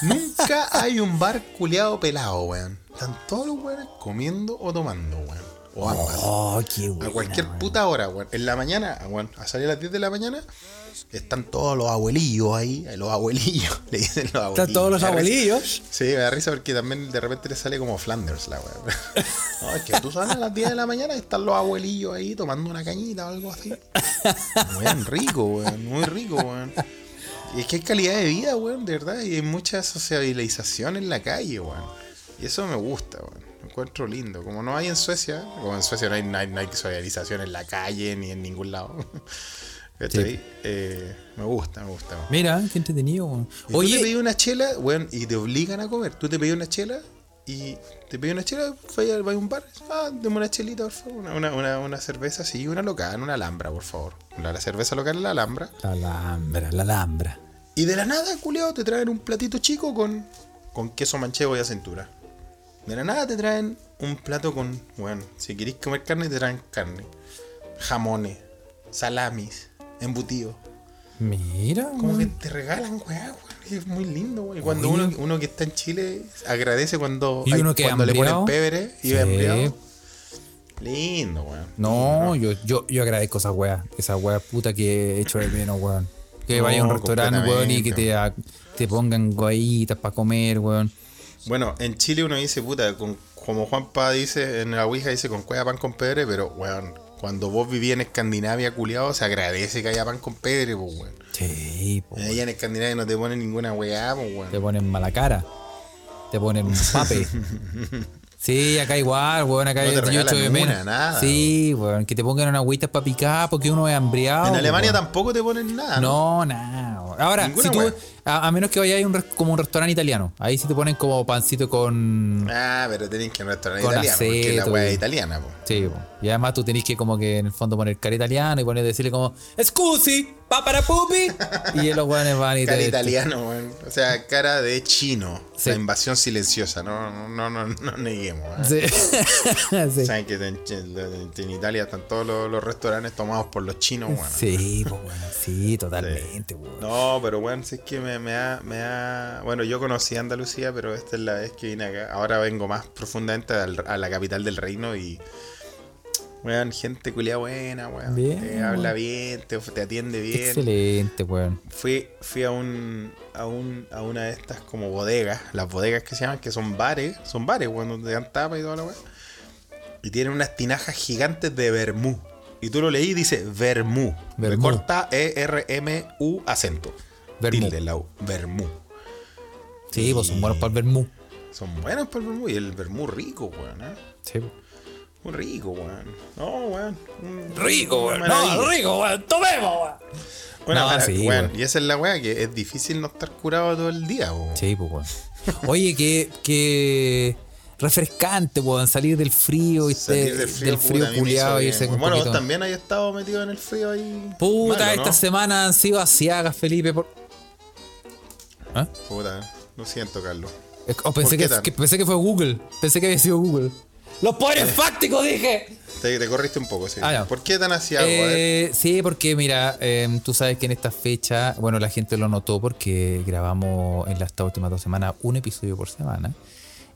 C: Nunca hay un bar culeado pelado, weón. Están todos los weones comiendo o tomando, weón. O ambas.
B: Oh, qué
C: A
B: weón.
C: cualquier puta hora, weón. En la mañana, weón, a salir a las 10 de la mañana, están todos los abuelillos ahí. eh, Los abuelillos, le dicen los abuelillos.
B: Están todos los
C: Me da risa.
B: abuelillos.
C: Sí, me da risa porque también de repente le sale como Flanders la weón. No, es que tú sales a las 10 de la mañana y están los abuelillos ahí tomando una cañita o algo así. Weón, rico, weón, muy rico, weón. Y es que hay calidad de vida, weón, de verdad. Y hay mucha sociabilización en la calle, weón. Y eso me gusta, weón. Lo encuentro lindo. Como no hay en Suecia, como en Suecia no hay, no hay- no hay socialización en la calle ni en ningún lado. ¿Cachai? Eh, me gusta, me gusta. weón.
B: Mira, qué entretenido, weón.
C: Y tú te pedí
B: Oye,
C: una chela, weón, y te obligan a comer. Tú te pedí una chela y te pedí una chela, fue a vas a un bar. Ah, dame una chelita, por favor. Una, una, una, una cerveza, sí, una local, una alhambra, por favor. La, la cerveza local es la alhambra.
B: la Alhambra, la Alhambra.
C: Y de la nada, culiao, te traen un platito chico con, con queso manchego y acentura. De la nada te traen un plato con, bueno, si queréis comer carne, te traen carne. Jamones, salamis, embutidos.
B: Mira,
C: Como que
B: weón.
C: te regalan, weá, weón. Es muy lindo, weón. Y cuando
B: Oye.
C: uno, uno que está en Chile agradece cuando,
B: Y
C: ay,
B: uno que
C: cuando le ponen
B: hambriado.
C: pebre y
B: Sí.
C: va empleado. Lindo, weón.
B: No, yo, yo, yo agradezco esa weá. Esa weá puta que he hecho de menos, weón. Que
C: No,
B: vaya a un restaurante, weón, y que te,
C: completamente.
B: te pongan guayitas para comer, weón.
C: Bueno, en Chile uno dice, puta, con- como Juanpa dice en la Ouija, dice con cueva pan con pebre, pero, weón, cuando vos viví en Escandinavia, culiado, se agradece que haya pan con pebre, pues, weón.
B: Sí, po.
C: Allá en Escandinavia no te ponen ninguna weá, pues,
B: Te
C: weón.
B: ponen mala cara. Te ponen pape. Sí, acá igual, weón, acá
C: No te
B: yo
C: regalan
B: echo de
C: una,
B: menos.
C: nada,
B: sí, weón, que te pongan unas agüitas para picar porque uno es hambriado.
C: En Alemania
B: weón.
C: tampoco te ponen nada.
B: No, nada. weón. Ahora,
C: Ninguna
B: si tú,
C: weá.
B: a, a menos que vayáis a un, res- como un restaurante italiano, ahí sí te ponen como pancito con,
C: Ah, pero tenés que ir a un restaurante
B: Con
C: italiano, porque la
B: aceto,
C: weá es
B: weón.
C: italiana, pues.
B: Sí, po. y además tú tenés que como que en el fondo poner cara italiano y poner decirle como Scusi, pa para pupi y los weones van y
C: Cara
B: te-
C: italiano, weón. O sea, cara de chino.
B: Sí.
C: La invasión silenciosa, no, no, no, no, no neguemos. ¿eh?
B: Sí. sí.
C: Saben que en, en- en Italia están todos los, los restaurantes tomados por los chinos, weón.
B: Sí, po, weón. sí, totalmente, weón.
C: No, pero weón, si es que me, me da, me da- Bueno, yo conocí Andalucía, pero esta es la vez que vine acá. Ahora vengo más profundamente al- a la capital del reino y. Weón, gente culia buena, weón.
B: Bien,
C: te habla
B: weón.
C: bien, te, te atiende bien.
B: Excelente, weón.
C: fui, fui a un, a un a una de estas como bodegas, las bodegas que se llaman, que son bares, son bares, weón, donde dan tapa y toda la weá. Y tienen unas tinajas gigantes de vermú. Y tú lo leí y dice vermú. Me
B: Vermú.
C: corta E E-R-M-U acento.
B: Vermú.
C: Tilde en la U. Vermú.
B: Sí, pues son buenos para el vermú.
C: Son buenos para el vermú y el vermú rico, weón, ¿eh?
B: Sí, po.
C: Muy rico, weón. No, weón. un-
B: Rico,
C: una
B: weón.
C: maravilla.
B: No, rico, weón. Tomemos, weón.
C: Una
B: No,
C: mara-
B: sí,
C: weón,
B: weón.
C: Y esa es la weá que es difícil no estar curado todo el día, weón.
B: Sí, pues, weón. Oye, qué, qué refrescante, weón, salir del frío, y
C: Salir del frío,
B: del frío
C: puta, a mí me
B: culiado
C: hizo
B: y
C: bien,
B: irse
C: güey.
B: con
C: Bueno,
B: poquito-
C: vos también has estado metido en el frío ahí.
B: Puta,
C: Malo, ¿no?
B: esta semana han sido asiagas, Felipe. Por... ¿Ah?
C: Puta. Lo siento, Carlos.
B: Es- oh, pensé,
C: ¿Por qué
B: que,
C: tan?
B: que- pensé que fue Google. Pensé que había sido Google. ¡Los
C: Eh.
B: poderes fácticos, dije!
C: Te, te corriste un poco, sí.
B: Ah, ya.
C: ¿Por qué tan así
B: Eh, sí, porque mira, eh, tú sabes que en esta fecha, bueno, la gente lo notó porque grabamos en las estas últimas dos semanas un episodio por semana.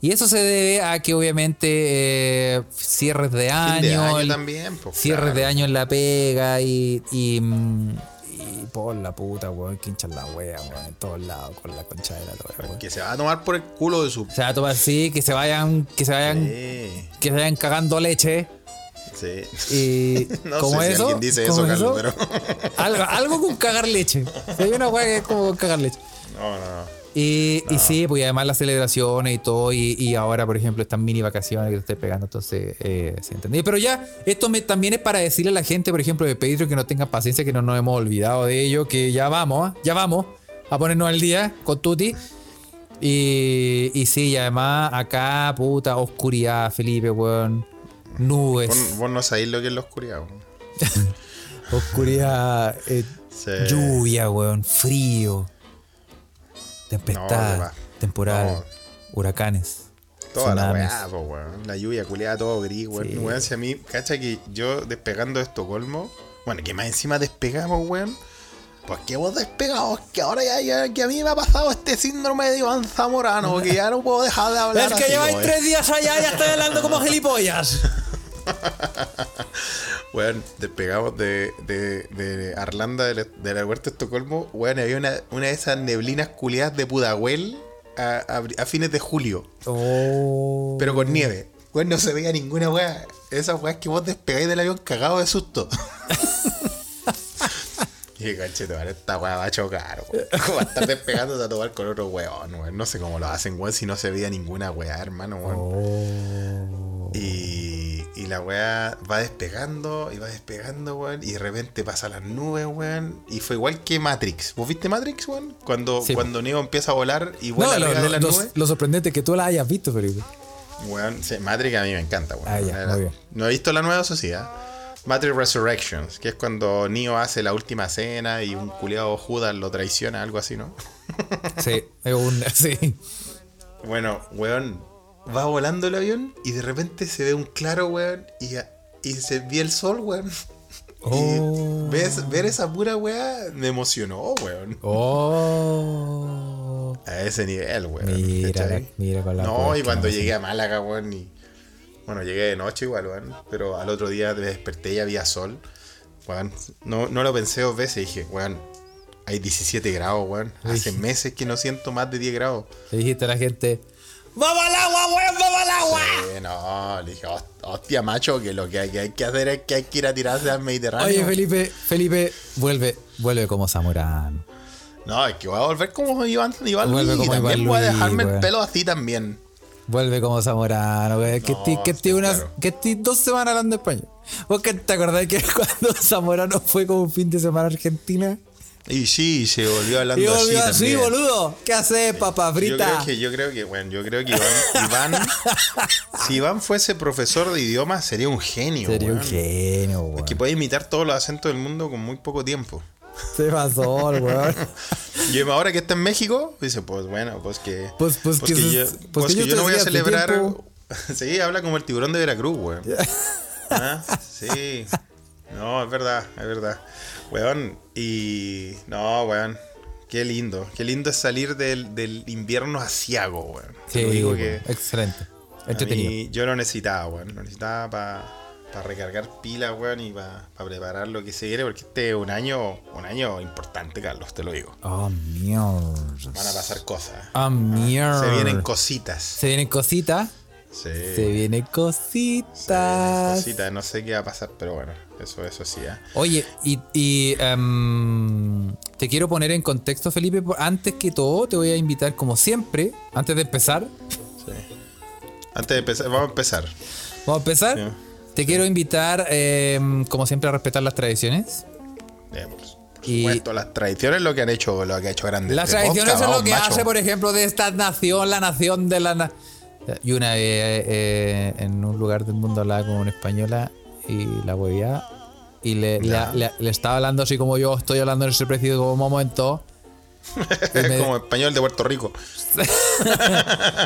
B: Y eso se debe a que obviamente eh, cierres de año,
C: de año
B: el-
C: también, pues,
B: cierres
C: claro.
B: de año en la pega y, y, mm, y por la puta, weón, que hinchan la wea, weón, en todos lados con la concha de la lora, weón.
C: Que se va a tomar por el culo de su...
B: O sea, toma así, que se vayan, que se vayan,
C: Sí,
B: que se vayan cagando leche.
C: sí.
B: Y
C: No
B: como
C: sé
B: eso,
C: si alguien dice eso,
B: como
C: Carlos,
B: eso,
C: pero...
B: algo, algo con cagar leche. Sí, Hay una weá que es como con cagar leche.
C: No, no, no.
B: Y, y sí, pues y además las celebraciones y todo. Y, y ahora, por ejemplo, estas mini vacaciones que te estoy pegando. Entonces, eh, sí, entendí. Pero ya, esto me- también es para decirle a la gente, por ejemplo, de Patreon que no tengan paciencia, que no nos hemos olvidado de ello, que ya vamos, ¿ah? ya vamos a ponernos al día con Tuti. Y, y sí, y además acá, puta, oscuridad, Felipe, weón. Nubes.
C: Vos, vos no sabés lo que es la oscuridad. weón.
B: Oscuridad, eh,
C: Sí.
B: lluvia, weón, frío,
C: No,
B: tempestad,
C: va.
B: temporal,
C: No.
B: huracanes.
C: Toda la
B: tsunamis.
C: weá, po, weón. La lluvia culeada, todo gris, weón.
B: Sí.
C: Weón, si a mí, cacha que yo despegando de Estocolmo, bueno, que más encima despegamos, weón. Pues que vos despegamos, que ahora ya, ya- que a mí me ha pasado este síndrome de Iván Zamorano, que ya no puedo dejar de hablar. así, weón.
B: días allá y ya estoy hablando como gilipollas.
C: Weón, despegamos de, de, de Arlanda, del, del aeropuerto de Estocolmo, weón, había una, una de esas neblinas culeadas de Pudahuel a, a- a fines de julio.
B: Oh.
C: pero
B: Uh.
C: con nieve. Weón, no se veía ninguna weá. Esas weas que vos despegáis del avión cagado de susto. y cachete, vale, esta weá va a chocar, weón. ¿Cómo va a estar despegándose a tomar con otro weón, weón? No sé cómo lo hacen, weón, si no se veía ninguna weá, hermano, weón.
B: Oh.
C: Y, y la weá va despegando y va despegando, weón. Y de repente pasa las nubes, weón. Y fue igual que Matrix. ¿Vos viste Matrix, weón? Cuando,
B: Sí,
C: cuando Neo empieza a volar y
B: No,
C: vuela
B: lo,
C: arriba
B: lo-
C: de las
B: lo-
C: nubes.
B: lo sorprendente es que tú la hayas visto, Felipe.
C: Weón, sí, Matrix a mí me encanta, weón.
B: Ah, ya,
C: La-
B: muy bien.
C: No he visto la nueva sociedad. Matrix Resurrections, que es cuando Neo hace la última cena y un culiado Judas lo traiciona, algo así, ¿no?
B: Sí, es un- sí.
C: Bueno, weón, va volando el avión y de repente se ve un claro, weón, y, y se ve el sol, weón.
B: Oh.
C: Y ves- ver esa pura weá me emocionó, weón.
B: Oh.
C: A ese nivel, weón.
B: Mira,
C: ¿cachai?
B: la- mira con la
C: No,
B: puerta,
C: y cuando
B: no sé.
C: llegué a Málaga, weón, y. Bueno, llegué de noche igual, weón. Pero al otro día me desperté y había sol. Weón, no, no lo pensé dos veces. Dije, weón, hay 17 grados, weón. Hace meses que no siento más de 10 grados.
B: Le dijiste a la gente: ¡Vamos al agua, weón! ¡Vamos al agua!
C: Eh, no, le dije, "Host- hostia, macho, que lo que hay, que hay que hacer es que hay que ir a tirarse al Mediterráneo.
B: Oye, Felipe, Felipe, vuelve, vuelve como Zamorano.
C: No, es que voy a volver como Iván, Iván
B: Vuelve
C: Luis, y
B: como Iván
C: también voy a
B: Luis,
C: dejarme el
B: weón.
C: pelo así también.
B: Vuelve como Zamorano, güey. Que
C: No,
B: ti- que
C: sí,
B: ti unas-
C: claro.
B: que ti dos semanas hablando español. ¿Vos que te acordás que cuando Zamorano fue como un fin de semana a Argentina?
C: Y sí, se volvió hablando
B: Y volvió
C: así
B: así,
C: también.
B: boludo. ¿Qué haces, papá
C: Yo creo
B: frita?
C: que, yo creo que, bueno, yo creo que Iván, Iván- si Iván fuese profesor de idiomas, sería un genio.
B: Sería un
C: weón.
B: genio, güey.
C: Que puede imitar todos los acentos del mundo con muy poco tiempo.
B: Se pasó, el güey.
C: Y em, ahora que está en México, dice, pues bueno, pues que.
B: Pues- pues que se-
C: yo,
B: pues
C: pues
B: que
C: que
B: yo
C: yo no voy a
B: tendría
C: celebrar.
B: tiempo.
C: Sí, habla como el tiburón de Veracruz, weón. Ah, Sí. No, es verdad, es verdad. Weón, y. No, weón. Qué lindo. Qué lindo es salir del, del invierno asiago, weón. Te
B: Sí,
C: lo digo
B: güey,
C: que.
B: Excelente.
C: A
B: Entretenido.
C: mí, yo lo necesitaba, weón. Lo necesitaba para recargar pilas, weón, y para preparar lo que se viene, porque este es un año, un año importante, Carlos, te lo digo.
B: Oh, mierda.
C: Van a pasar cosas.
B: Ah, mierda.
C: Se vienen cositas.
B: Se vienen cositas.
C: Sí.
B: Se vienen
C: se vienen
B: cositas.
C: cositas. No sé qué va a pasar, pero bueno, eso, eso sí, ¿eh?
B: Oye, y, y, em, te quiero poner en contexto, Felipe. por- Antes que todo, te voy a invitar, como siempre, antes de empezar,
C: Antes de empezar, vamos a empezar.
B: vamos a empezar.
C: Sí.
B: Te quiero invitar, em, como siempre, a respetar las tradiciones.
C: Eh, por por
B: Y-
C: supuesto, las tradiciones lo que han hecho, lo que ha hecho grande.
B: Las
C: este
B: tradiciones
C: podcast,
B: es lo
C: vamos,
B: que
C: macho.
B: hace, por ejemplo, de esta nación, la nación de la... na- y una vez eh, eh, en un lugar del mundo hablaba con una española y la hueveaba y le, le-
C: Ya.
B: le- le estaba hablando así como yo estoy hablando en ese preciso momento Y me-
C: Como español de Puerto Rico.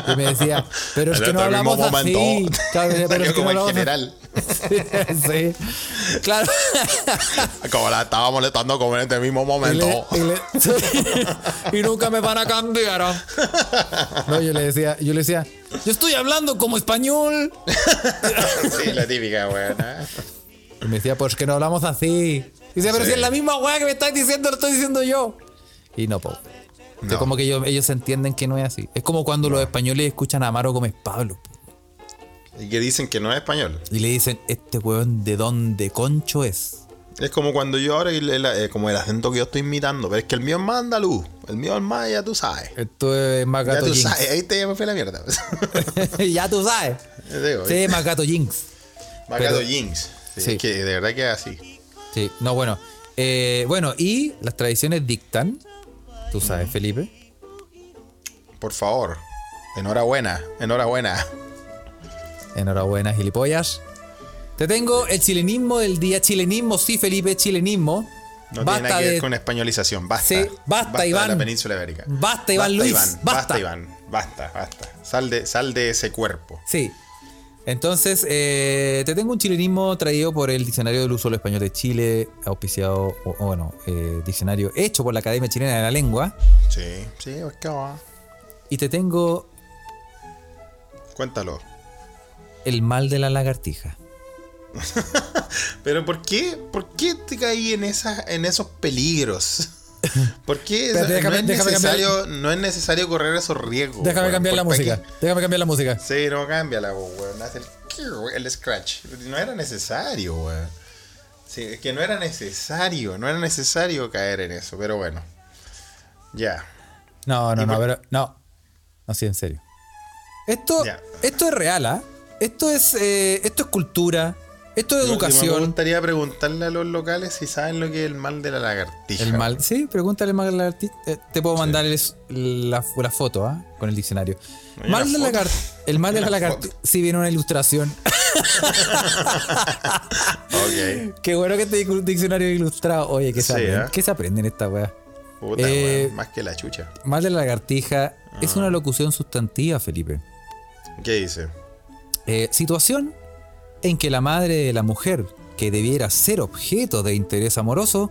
B: Y me decía, pero es
C: Al
B: que no
C: otro mismo
B: hablamos así.
C: momento.
B: Claro, me decía, pero
C: Salió
B: es que no
C: como el
B: hablamos
C: general.
B: así. Sí, claro.
C: Como la estaba molestando como en este mismo
B: Y, le-
C: momento.
B: y le- y nunca me van a cambiar. ¿ah? No, yo le decía, yo le decía, yo estoy hablando como español.
C: sí, la típica, weón. ¿eh?
B: Y me decía, pues que no hablamos así. Y decía, pero
C: Sí.
B: si es la misma weá que me estás diciendo, lo estoy diciendo yo. Y no, po.
C: No.
B: Es como que ellos, ellos entienden que no es así. Es como cuando los españoles escuchan a Amaro Gómez Pablo. po,
C: Y que dicen que no es español.
B: Y le dicen, este weón de dónde concho es.
C: Es como cuando yo ahora, el- el- eh, como el acento que yo estoy imitando, pero es que el mío es más andaluz. El mío es más, ya tú sabes.
B: Esto es más
C: Ya
B: gato
C: tú
B: Jinx.
C: sabes, ahí te me fue la mierda.
B: ya tú sabes.
C: Digo,
B: Sí, más gato Jinx.
C: Macado
B: pero-
C: Jinx. Sí,
B: Sí.
C: es que de verdad que es así.
B: Sí, no, bueno. Eh, bueno, y las tradiciones dictan, tú sabes, Felipe,
C: Por favor. Enhorabuena, enhorabuena.
B: enhorabuena, gilipollas. Te tengo el chilenismo del día, chilenismo, sí, Felipe, chilenismo.
C: No tiene nada que ver con españolización. Basta.
B: Sí, basta,
C: de
B: Iván.
C: la península ibérica.
B: Basta, Iván Luis,
C: basta.
B: basta.
C: Iván. Basta, basta. Sal de, sal de ese cuerpo.
B: Sí. Entonces, eh, te tengo un chilenismo traído por el Diccionario del Uso del Español de Chile, auspiciado, o, o bueno, eh, diccionario hecho por la Academia Chilena de la Lengua.
C: Sí, sí, es que va.
B: Y te tengo
C: Cuéntalo.
B: el mal de la lagartija.
C: Pero ¿por qué? ¿Por qué te caí en esa, en esos peligros? ¿Por qué
B: Espérate,
C: no,
B: déjame-
C: es
B: déjame
C: necesario, no es necesario correr esos riesgos?
B: Déjame
C: weón?
B: cambiar la
C: ¿Por- para
B: música. Déjame cambiar la música.
C: qué? Sí, no cámbiala, po, weón. Haz el, el scratch. No era necesario, weón. Sí, es que no era necesario, no era necesario caer en eso, pero bueno. Ya.
B: No, no,
C: Y
B: no,
C: por-
B: pero. No. No, sí, en serio. Esto,
C: Ya.
B: esto es real, ¿ah? Esto es. eh, esto es cultura. Esto es
C: Me
B: educación.
C: gustaría preguntarle a los locales si saben lo que es el mal de la lagartija.
B: El mal. Sí, pregúntale mal a la arti- eh, Te puedo mandar el- la, la foto, ¿ah? Con el diccionario.
C: Hay
B: Mal
C: una
B: de la
C: foto.
B: lagartija. El mal de
C: Hay
B: la
C: una
B: lagartija.
C: foto.
B: Sí, viene una ilustración.
C: Ok.
B: Qué bueno que este diccionario ilustrado. Oye, ¿qué se,
C: Sí,
B: aprende,
C: ¿ah?
B: ¿qué se aprende en esta weá?
C: Puta,
B: Eh,
C: weón, Más que la chucha.
B: Mal de la lagartija
C: Ah.
B: es una locución sustantiva, Felipe.
C: ¿Qué dice?
B: Eh, situación en que la madre de la mujer, que debiera ser objeto de interés amoroso,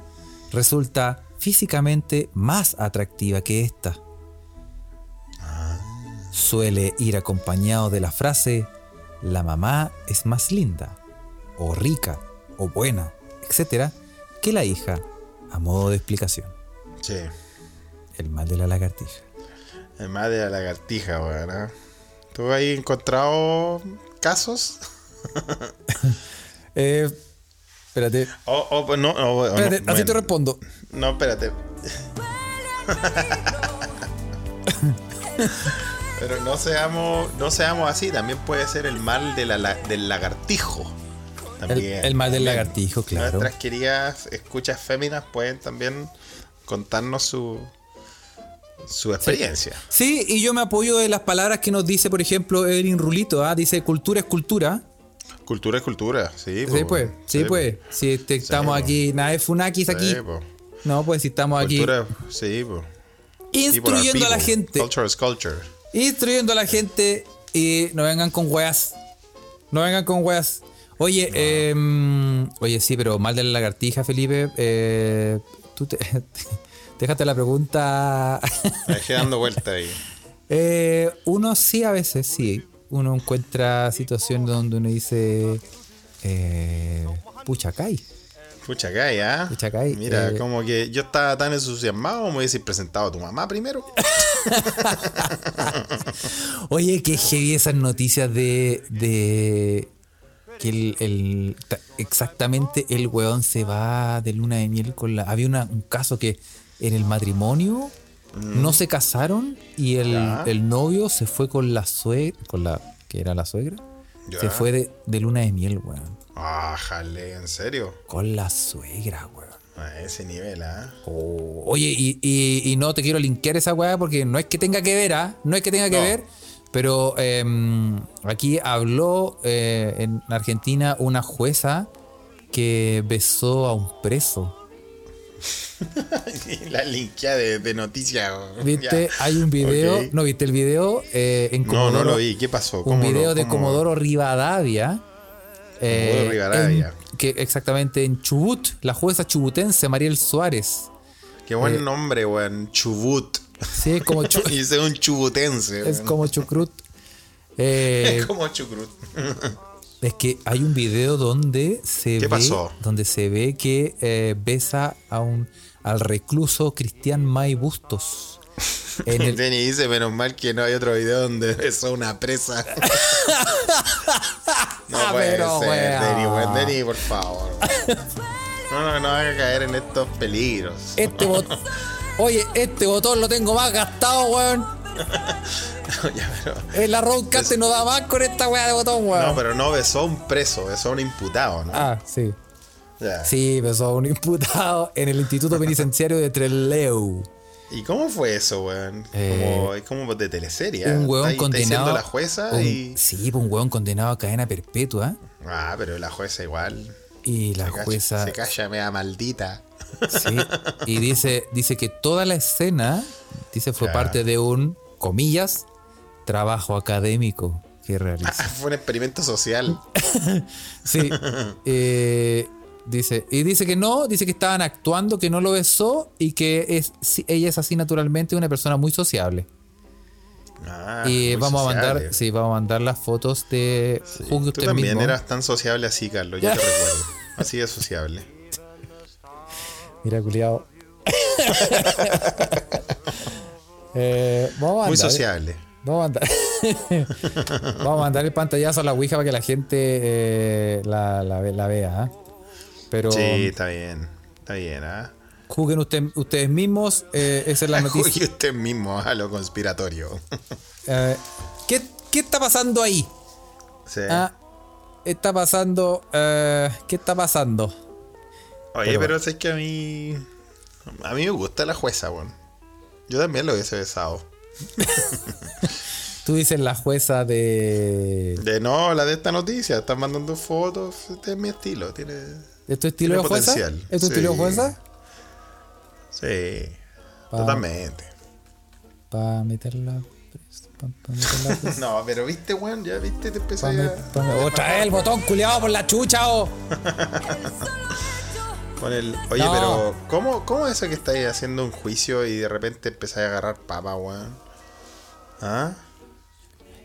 B: resulta físicamente más atractiva que ésta. Suele ir acompañado de la frase, la mamá es más linda, o rica, o buena, etc., que la hija, a modo de explicación.
C: Sí.
B: El mal de la lagartija.
C: El mal de la lagartija, weón. ¿eh? ¿Tú has encontrado casos?
B: Eh, espérate,
C: O, o, pues, no, o- o no, bueno.
B: respondo.
C: No, espérate. Pero no seamos, no seamos así. También puede ser el mal de la la- del lagartijo.
B: El,
C: También.
B: el mal del
C: También.
B: lagartijo, claro.
C: Nuestras queridas escuchas féminas pueden también contarnos su, su experiencia.
B: Sí, y yo me apoyo de las palabras que nos dice, por ejemplo, Evelyn Rulito, ¿ah? dice cultura es cultura.
C: Cultura es cultura, sí.
B: Sí, pues, sí, pues. Si te- estamos
C: pues.
B: aquí, nada de Funakis
C: Sí,
B: aquí.
C: pues.
B: No, pues si estamos aquí
C: Cultura, sí, pues. People are
B: instruyendo a la
C: people.
B: gente,
C: Culture is culture.
B: instruyendo a la gente y no vengan con weas. No vengan con weas. Oye, em, oye, sí, pero mal de la lagartija, Felipe. eh, tú te, déjate la pregunta.
C: Me dejé dando vuelta ahí.
B: Eh, uno sí, a veces sí. Uno encuentra situaciones donde uno dice. Eh, pucha, Kai.
C: Pucha Kai, ¿ah?
B: Pucha Kai,
C: Mira,
B: eh.
C: como que yo estaba tan entusiasmado, me hubiese presentado a tu mamá primero.
B: Oye, qué heavy esas noticias de. de que el, el- ta- exactamente el weón se va de luna de miel con la. Había una- un caso que en el matrimonio no se casaron y el,
C: Mm. Ya.
B: el novio se fue con la suegra. Con la. que era la suegra.
C: Ya.
B: Se fue de, de luna de miel, weón.
C: Ah, jale, ah, en serio.
B: Con la suegra, weón.
C: A ese nivel, ¿ah?
B: Oh, oye, y, y- y no te quiero linkear esa weá porque no es que tenga que ver, ¿ah? No es que tenga que
C: No.
B: ver. Pero em, aquí habló eh, en Argentina una jueza que besó a un preso.
C: La linkea de, de noticia. o-
B: ¿Viste?
C: ya.
B: Hay un video.
C: Ok.
B: ¿No viste el video? Eh, en
C: No, no
B: Comodoro-
C: lo vi. ¿Qué pasó?
B: Un
C: ¿Cómo
B: video
C: lo-
B: de
C: cómo-
B: Comodoro Rivadavia. eh,
C: Comodoro Rivadavia.
B: en- que exactamente en Chubut, la jueza chubutense Mariel Suárez.
C: Qué
B: Eh.
C: buen nombre, weón. Chubut.
B: Sí, es como, chu-
C: Y soy un chubutense.
B: es
C: weón.
B: como chucrut. Eh,
C: Es como chucrut.
B: Es que hay un video donde se
C: ¿Qué
B: ve
C: pasó?
B: donde se ve que eh, besa a un al recluso Cristian May Bustos. En el,
C: Denny dice, menos mal que no hay otro video donde besó una presa. no
B: Ah,
C: puede
B: pero,
C: ser,
B: weón.
C: Denny, weón. Denny, por favor. weón. No, no, no haga caer en estos peligros.
B: este bot- Oye, este botón lo tengo más gastado, weón.
C: Ya, pero-
B: En la roadcaster no da más con esta weá de botón, weón.
C: no, pero no besó a un preso, besó a un imputado, ¿no?
B: Ah, sí.
C: Ya.
B: Sí, besó a un imputado en el Instituto Penitenciario de Trelew.
C: ¿Y cómo fue eso, weón?
B: Eh,
C: Como, es como de teleserie. ¿eh?
B: Un
C: Está
B: weón
C: ahí- está diciendo
B: condenado.
C: la jueza
B: un-
C: y...
B: Sí, pues un weón condenado a cadena perpetua.
C: Ah, pero la jueza igual.
B: Y la
C: se calla-
B: jueza.
C: Se calla, mea maldita.
B: Sí, y dice, dice que toda la escena, dice, fue
C: Ya.
B: parte de un, comillas, trabajo académico que realizó.
C: Fue un experimento social.
B: Sí, eh, dice, y dice que no, dice que estaban actuando, que no lo besó y que es, sí, ella es así naturalmente una persona muy sociable.
C: Ah,
B: y
C: muy
B: vamos a
C: sociable.
B: mandar, sí, vamos a mandar las fotos de
C: Sí.
B: juzgue
C: Tú
B: usted
C: también
B: este mismo.
C: eras tan sociable así, Carlos, yo te recuerdo. Así de sociable.
B: Mira, culiao. Eh, vamos a
C: Muy
B: mandar-
C: sociable.
B: Vamos a mandar, vamos a mandar el pantallazo a la Ouija para que la gente eh, la, la ve- la vea. ¿ah? Pero
C: Sí, está bien. Está bien, ¿ah?
B: juzguen usted- ustedes mismos. eh, esa es la noticia.
C: Oye, usted mismo a lo conspiratorio.
B: Eh, ¿qué, qué está pasando ahí?
C: Sí.
B: Ah, Está pasando. eh, ¿Qué está pasando?
C: Oye,
B: pero
C: pero, si es que a mí. A mí me gusta la jueza, weón. Yo también lo hubiese besado.
B: Tú dices la jueza de.
C: De no, la de esta noticia, están mandando fotos. Este es mi estilo, tiene.
B: ¿Es tu estilo de
C: Tiene
B: jueza?
C: potencial,
B: ¿Es tu estilo de
C: sí.
B: jueza?
C: Sí.
B: Pa-
C: Totalmente.
B: Para meterla. presa, pa- pa meterla presa,
C: No, pero viste, weón, ya viste, te empecé
B: pa me-
C: a.
B: pa me- Otra vez el botón culiado por la chucha, o.
C: Con el, oye,
B: No.
C: pero ¿cómo, ¿cómo es eso que estáis haciendo un juicio y de repente empezáis a agarrar papa, weón? ¿Ah?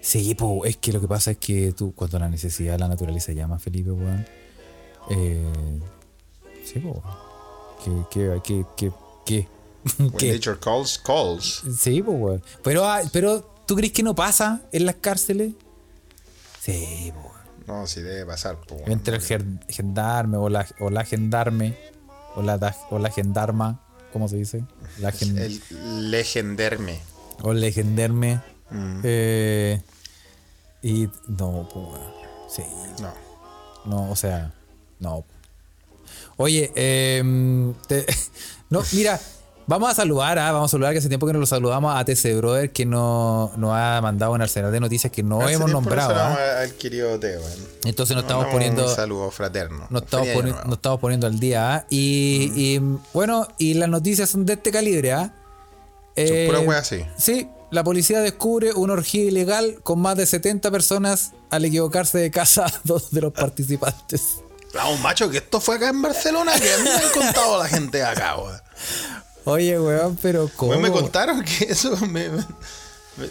B: Sí, po, es que lo que pasa es que tú, cuando la necesidad la naturaleza llama, Felipe, weón. Eh, sí, po. ¿Qué, qué, qué, qué, qué?
C: When
B: ¿Qué?
C: nature calls, calls.
B: Sí, po, weón. Pero, ah, pero, ¿tú crees que no pasa en las cárceles? Sí, po. weón.
C: No, si debe pasar, po, weón.
B: Entre el ger- gendarme o la, o la gendarme o la, da- o la gendarma, ¿cómo se dice? La gen-
C: El legenderme.
B: o legendarme. Eh, y no, po, weón. Sí,
C: No.
B: No, o sea, no. Oye, em, te- no, mira, vamos a saludar, ah, vamos a saludar que hace tiempo que no lo saludamos a TC Brother que no- nos ha mandado un arsenal de noticias que no
C: Hace
B: hemos
C: tiempo
B: nombrado.
C: No se
B: ah.
C: eh. lo hemos adquirido té, weón.
B: Entonces nos estamos
C: Mandamos
B: poniendo
C: Un saludo fraterno.
B: nos estamos,
C: Feliz
B: poni-
C: año nuevo. Mm.
B: nos estamos poniendo al día. ah. Y, y, bueno, y las noticias son de este calibre. ¿ah? Eh,
C: puras weas así.
B: Sí, la policía descubre una orgía ilegal con más de 70 personas al equivocarse de casa a dos de los participantes.
C: Vamos, macho, que esto fue acá en Barcelona, que a mí me han contado la gente de acá, weón.
B: Oye, weón, pero ¿cómo?
C: Weón, me contaron que eso me, me,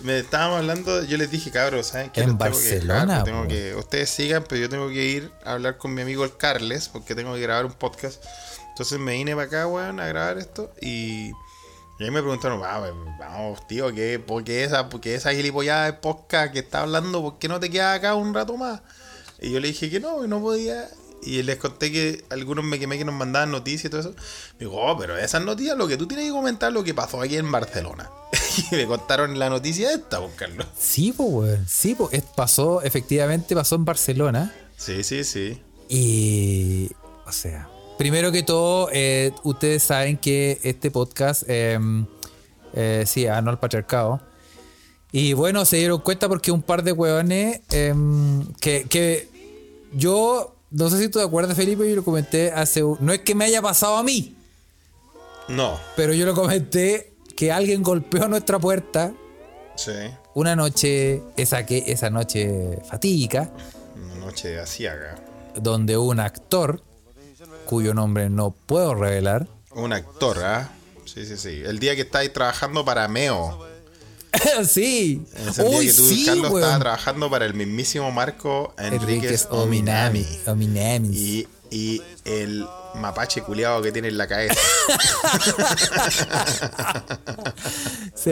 C: me estaban hablando, yo les dije, cabros, ¿saben qué?
B: En
C: Los tengo que
B: Barcelona,
C: dejar, pues tengo
B: po.
C: que- ustedes sigan, pero yo tengo que ir a hablar con mi amigo el Carles, porque tengo que grabar un podcast. Entonces me vine para acá, weón, a grabar esto y... Y ahí me preguntaron, "Ah, pues, vamos, tío, ¿qué, ¿por qué esa, por qué esa gilipollada de podcast que está hablando? ¿Por qué no te quedas acá un rato más? Y yo le dije que no, que no podía. Y les conté que algunos me quemé que nos mandaban noticias y todo eso. Me dijo, oh, pero esas noticias, lo que tú tienes que comentar es lo que pasó aquí en Barcelona. y me contaron la noticia esta, pues, Carlos.
B: Sí, pues, weón. Sí, pues. es- Pasó, efectivamente, pasó en Barcelona.
C: Sí, sí, sí.
B: Y. O sea. Primero que todo, eh, ustedes saben que este podcast. eh, eh, sí, ah, no al patriarcado. Y bueno, se dieron cuenta porque un par de hueones eh, que, que yo. No sé si tú te acuerdas, Felipe, yo lo comenté hace. un- No es que me haya pasado a mí.
C: No.
B: Pero yo lo comenté que alguien golpeó nuestra puerta
C: Sí.
B: una noche, esa, que, esa noche fatídica,
C: Una noche asiaga.
B: donde un actor, cuyo nombre no puedo revelar,
C: Un actor, ¿ah? Sí, sí, sí. El día que estáis trabajando para Meo.
B: sí,
C: Ese día
B: hoy
C: que tú,
B: sí,
C: Carlos,
B: weón.
C: estabas trabajando para el mismísimo Marco Enríquez
B: Enríquez
C: Ominami.
B: Ominami. Ominami.
C: Y, y el mapache culiado que tiene en la cabeza.
B: Sí,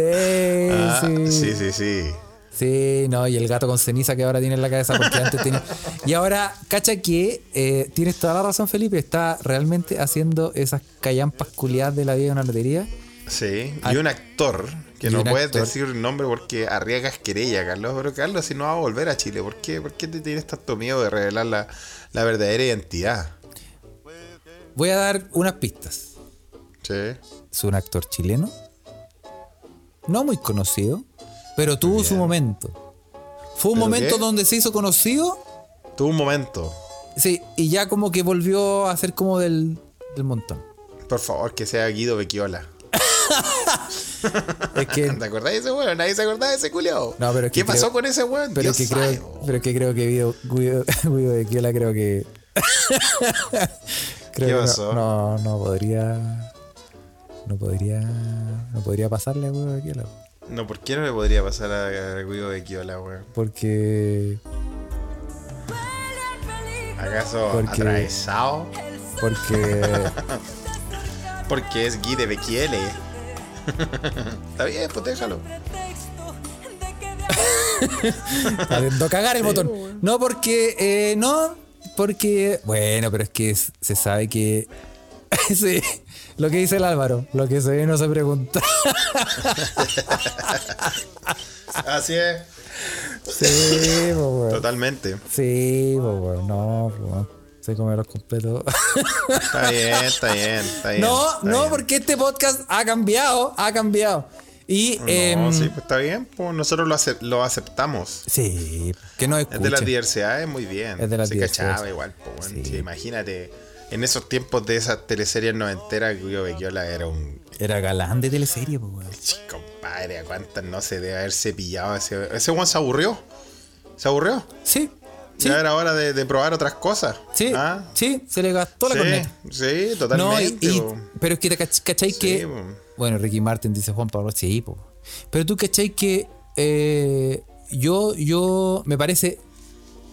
C: Ah,
B: sí.
C: sí,
B: sí.
C: sí, sí.
B: no, y el gato con ceniza que ahora tiene en la cabeza porque antes tenía. Y ahora, cacha que eh, tienes toda la razón, Felipe, está realmente haciendo esas callampas culiadas de la vida de una lotería.
C: Sí,
B: Ah.
C: y un actor que
B: Y
C: no
B: un
C: puedes
B: actor.
C: decir el nombre porque arriesgas querella, Carlos. Pero Carlos, si no va a volver a Chile, ¿por qué, por qué te tienes tanto miedo de revelar la, la verdadera identidad?
B: Voy a dar unas pistas.
C: Sí.
B: es un actor chileno. No muy conocido, pero tuvo su momento. Fue un
C: ¿Pero
B: momento
C: qué?
B: donde se hizo conocido,
C: Tuvo un momento.
B: sí, y ya como que volvió a ser como del, del montón.
C: Por favor, que sea Guido Bequiola.
B: Es que,
C: ¿Te acordás de ese weón? Nadie se acordaba de ese culiao.
B: No, pero es que
C: ¿Qué pasó
B: creo-
C: con ese weón?
B: pero,
C: Dios
B: que
C: sabe,
B: creo,
C: weón.
B: pero que creo que Guido, Guido, Guido de Quiola creo que... creo
C: ¿Qué
B: que no-
C: pasó?
B: No, no, podría... No podría... No podría pasarle a Guido de Quiola.
C: No, ¿por qué no le podría pasar a a Guido Bequiola, weón?
B: Porque...
C: ¿Acaso
B: Porque-
C: atravesado?
B: Porque...
C: Porque es Guido Bequiele. Está bien, pues déjalo.
B: Haciendo cagar el botón. No, porque. eh, no, porque. Bueno, pero es que s- se sabe que. sí, lo que dice el Álvaro. Lo que se ve no se pregunta.
C: Así es.
B: Sí, po, weón.
C: Totalmente.
B: Sí, po, weón. No, po, weón. Se come los completos.
C: Está bien, está bien, está bien.
B: no,
C: está
B: no,
C: bien.
B: porque este podcast ha cambiado. Ha cambiado. Y.
C: No,
B: em,
C: sí,
B: sí.
C: pues está bien. Pues nosotros lo, ace- lo aceptamos.
B: que no escucha.
C: Es de las diversidades, muy bien.
B: Es de las
C: Se cachaba
B: diversidades.
C: igual, po, weón.
B: Sí.
C: Sí, imagínate. En esos tiempos de esas teleseries noventeras, Guido Bequiola era un
B: Era galán de teleserie, po, weón.
C: Sí, Compadre, ¿a cuántas no se debe haberse pillado? Ese, ese Juan se aburrió. Se aburrió.
B: Sí, sí,
C: Ya era hora de, de probar otras cosas.
B: sí,
C: Ah,
B: sí, se le gastó la corneta.
C: sí, sí,
B: No, y-
C: totalmente.
B: y-
C: po.
B: pero es que te cach- cacháis
C: Sí,
B: que.
C: po.
B: Bueno, Ricky Martin dice Juan Pablo, sí, po. Pero tú cacháis que. eh, yo, yo. Me parece.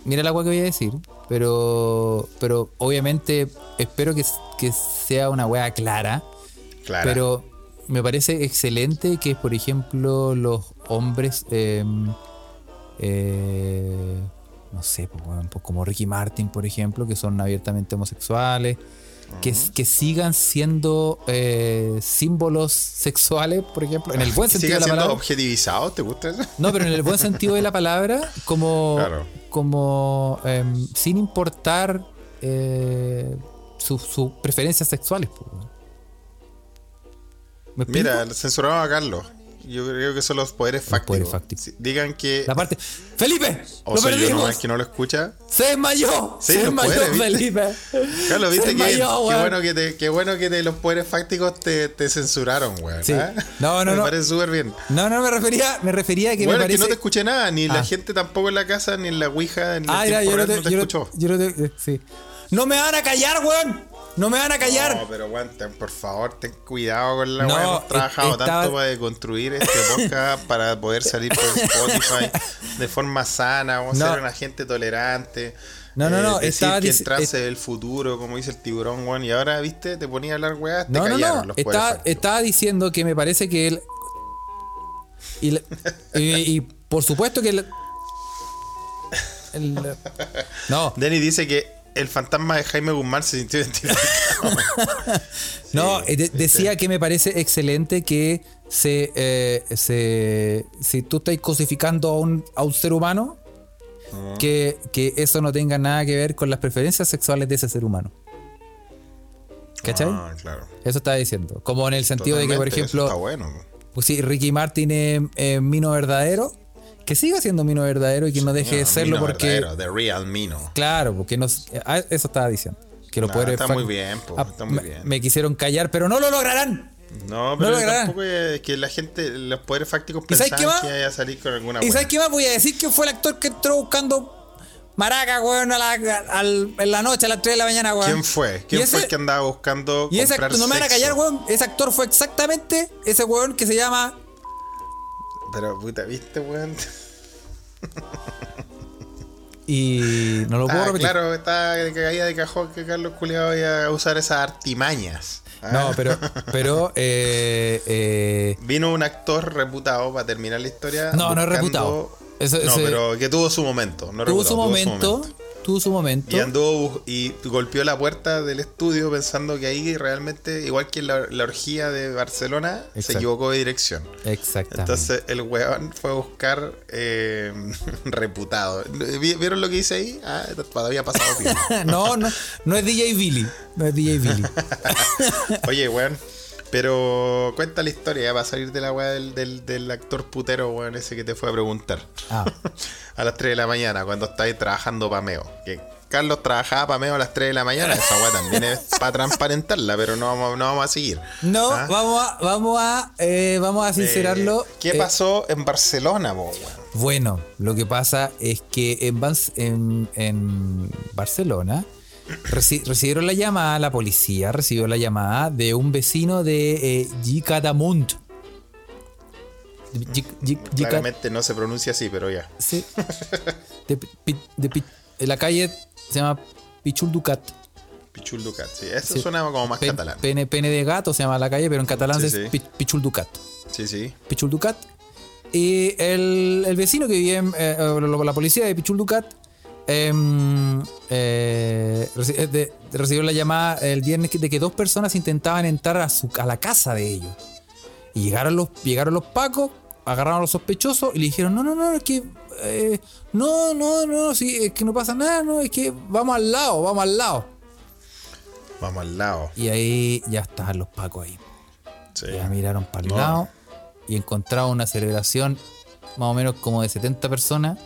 B: Mira el agua que voy a decir. Pero. Pero obviamente. Espero que, que sea una wea clara.
C: Claro.
B: Pero me parece excelente que, por ejemplo, los hombres, eh, eh, no sé, pues, weón, pues, como Ricky Martin, por ejemplo, que son abiertamente homosexuales, que, que sigan siendo eh, símbolos sexuales, por ejemplo, en el buen
C: ¿Y sigue
B: sentido de la
C: siendo
B: palabra.
C: objetivizado? ¿Te gusta eso?
B: No, pero en el buen sentido de la palabra, como,
C: Claro.
B: como em, sin importar eh, su- sus preferencias sexuales. po, weón. ¿Me explico?
C: Mira, censuraron a Carlos. Yo creo que son los poderes
B: Los
C: fácticos.
B: poderes fácticos.
C: Sí, Digan que.
B: la parte. ¡Felipe!
C: o
B: ¡Lo
C: Oh, soy yo
B: perdimos!
C: nomás que no lo escucha.
B: ¡Se desmayó!
C: Sí,
B: ¡Se
C: no
B: desmayó,
C: puede, ¿viste?
B: Felipe!
C: Carlos, viste
B: Se
C: que.
B: desmayó,
C: qué
B: weón.
C: bueno que, te, qué bueno que te- los poderes fácticos te, te censuraron, weón.
B: Sí.
C: ¿ah?
B: No, no,
C: Me
B: no.
C: parece súper bien.
B: No, no, me refería, me refería a que
C: bueno,
B: me
C: es que
B: parece.
C: no te escuché nada, ni la
B: Ah.
C: gente tampoco en la casa, ni en la Ouija, en
B: Ah,
C: el
B: ya,
C: tiempo
B: yo no
C: real
B: te,
C: no te
B: yo no-
C: escuchó.
B: yo no te- eh, sí. ¡No me van a callar, weón! ¡No me van a callar!
C: No, pero aguanten, por favor, ten cuidado con la
B: No,
C: weá. Hemos
B: e-
C: trabajado
B: estaba-
C: tanto para construir este podcast para poder salir por Spotify de forma sana, vamos
B: No.
C: a ser una gente tolerante. eh,
B: No, no, no,
C: decir
B: estaba
C: que
B: dic-
C: el trance del futuro, como dice el tiburón, weón. Y ahora, viste, te ponía a hablar weá, te
B: No, no,
C: callaron
B: no.
C: los poderes
B: Estaba,
C: fácticos.
B: estaba diciendo que me parece que él. Y, la- y- y por supuesto que. el- el- no,
C: Denny dice que el fantasma de Jaime Guzmán se sintió identificado.
B: no.
C: sí,
B: de-
C: sí,
B: decía que me parece excelente que se, eh, se- si tú estás cosificando a un, a un ser humano, que, que eso no tenga nada que ver con las preferencias sexuales de ese ser humano. ¿Cachai?
C: Ah, claro.
B: Eso estaba diciendo. Como en el sentido de que, por
C: Totalmente, eso
B: ejemplo,
C: Está bueno.
B: Pues sí, Ricky Martin es es Mino verdadero. Que siga siendo Mino verdadero y que no deje de
C: Ah,
B: serlo
C: Mino
B: porque.
C: verdadero, The Real Mino.
B: Claro, porque no. ah, Eso estaba diciendo. que los
C: Nah,
B: poderes
C: está
B: fac-
C: muy bien, po,
B: ah,
C: está muy
B: me-
C: bien.
B: Me quisieron callar, pero no lo lograrán.
C: No, pero
B: No lo
C: tampoco es que la gente, los poderes fácticos
B: ¿Y sabes
C: pensaban
B: qué más?
C: que iba a salir con alguna
B: ¿Y
C: buena.
B: sabes qué más? Voy a decir que fue el actor que entró buscando maraca, weón, a la- al- en la noche, a las 3 de la mañana, weón.
C: ¿Quién fue?
B: Y
C: ¿Quién
B: ese-
C: fue el que andaba buscando
B: Y ese
C: comprar
B: actor, no me van a
C: sexo?
B: callar, weón. Ese actor fue exactamente ese weón que se llama.
C: Pero puta, ¿viste, weón?
B: Y no lo puedo
C: Ah,
B: repetir.
C: claro, está de caída de cajón que Carlos Culeado iba a usar esas artimañas. Ah,
B: No, pero. pero eh, eh,
C: Vino un actor reputado para terminar la historia.
B: No, no es
C: buscando-
B: reputado. Ese-
C: no,
B: ese-
C: pero que tuvo su momento. No
B: tuvo
C: reputado,
B: su momento. Tuvo su momento.
C: Y anduvo bu- y golpeó la puerta del estudio pensando que ahí realmente, igual que en la, la orgía de Barcelona, se
B: Exacto.
C: equivocó de dirección.
B: Exactamente.
C: Entonces el weón fue a buscar eh, reputado. ¿Vi- ¿Vieron lo que hice ahí? Ah, todavía ha pasado tiempo.
B: no, no, no es DJ Billy. No es DJ Billy.
C: Oye, weón. Pero cuenta la historia para salir de la weá del, del- del actor putero, weón, ese que te fue a preguntar.
B: Ah,
C: A las 3 de la mañana, cuando estáis trabajando pameo. Que Carlos trabajaba pameo a las 3 de la mañana. Esa weá también es para transparentarla, pero no vamos, no vamos a seguir.
B: no,
C: ¿Ah?
B: vamos a, vamos a, eh, vamos a sincerarlo.
C: Eh, ¿Qué
B: Eh,
C: pasó en Barcelona, po, weón?
B: Bueno, lo que pasa es que en, Bans- en- en Barcelona reci- recibieron la llamada, la policía recibió la llamada de un vecino de eh, Yicatamunt. Yic- Yic- Yica-
C: Claramente no se pronuncia así, pero ya.
B: sí. De Pi- Pi- de Pi- en la calle se llama Pichulducat.
C: Pichul Ducat, sí. Eso
B: Sí.
C: suena como más
B: Pe-
C: catalán.
B: Pene, pene de gato se llama la calle, pero en catalán
C: Sí,
B: es
C: sí.
B: Pi- Pichulducat.
C: Sí, sí.
B: Pichul Ducat. Y el, el vecino que vivía en eh, eh, lo- la policía de Pichul Ducat em, eh, reci- eh, de- recibió la llamada el viernes que- de que dos personas intentaban entrar a, su, a la casa de ellos. Y llegaron los, llegaron los pacos, agarraron a los sospechosos y le dijeron, no, no, no, es que... eh, no, no, no, sí, es que no pasa nada, no, es que vamos al lado, vamos al lado.
C: Vamos al lado.
B: Y ahí ya estaban los pacos ahí.
C: Sí.
B: Ya miraron para el
C: No.
B: lado y encontraron una celebración más o menos como de 70 personas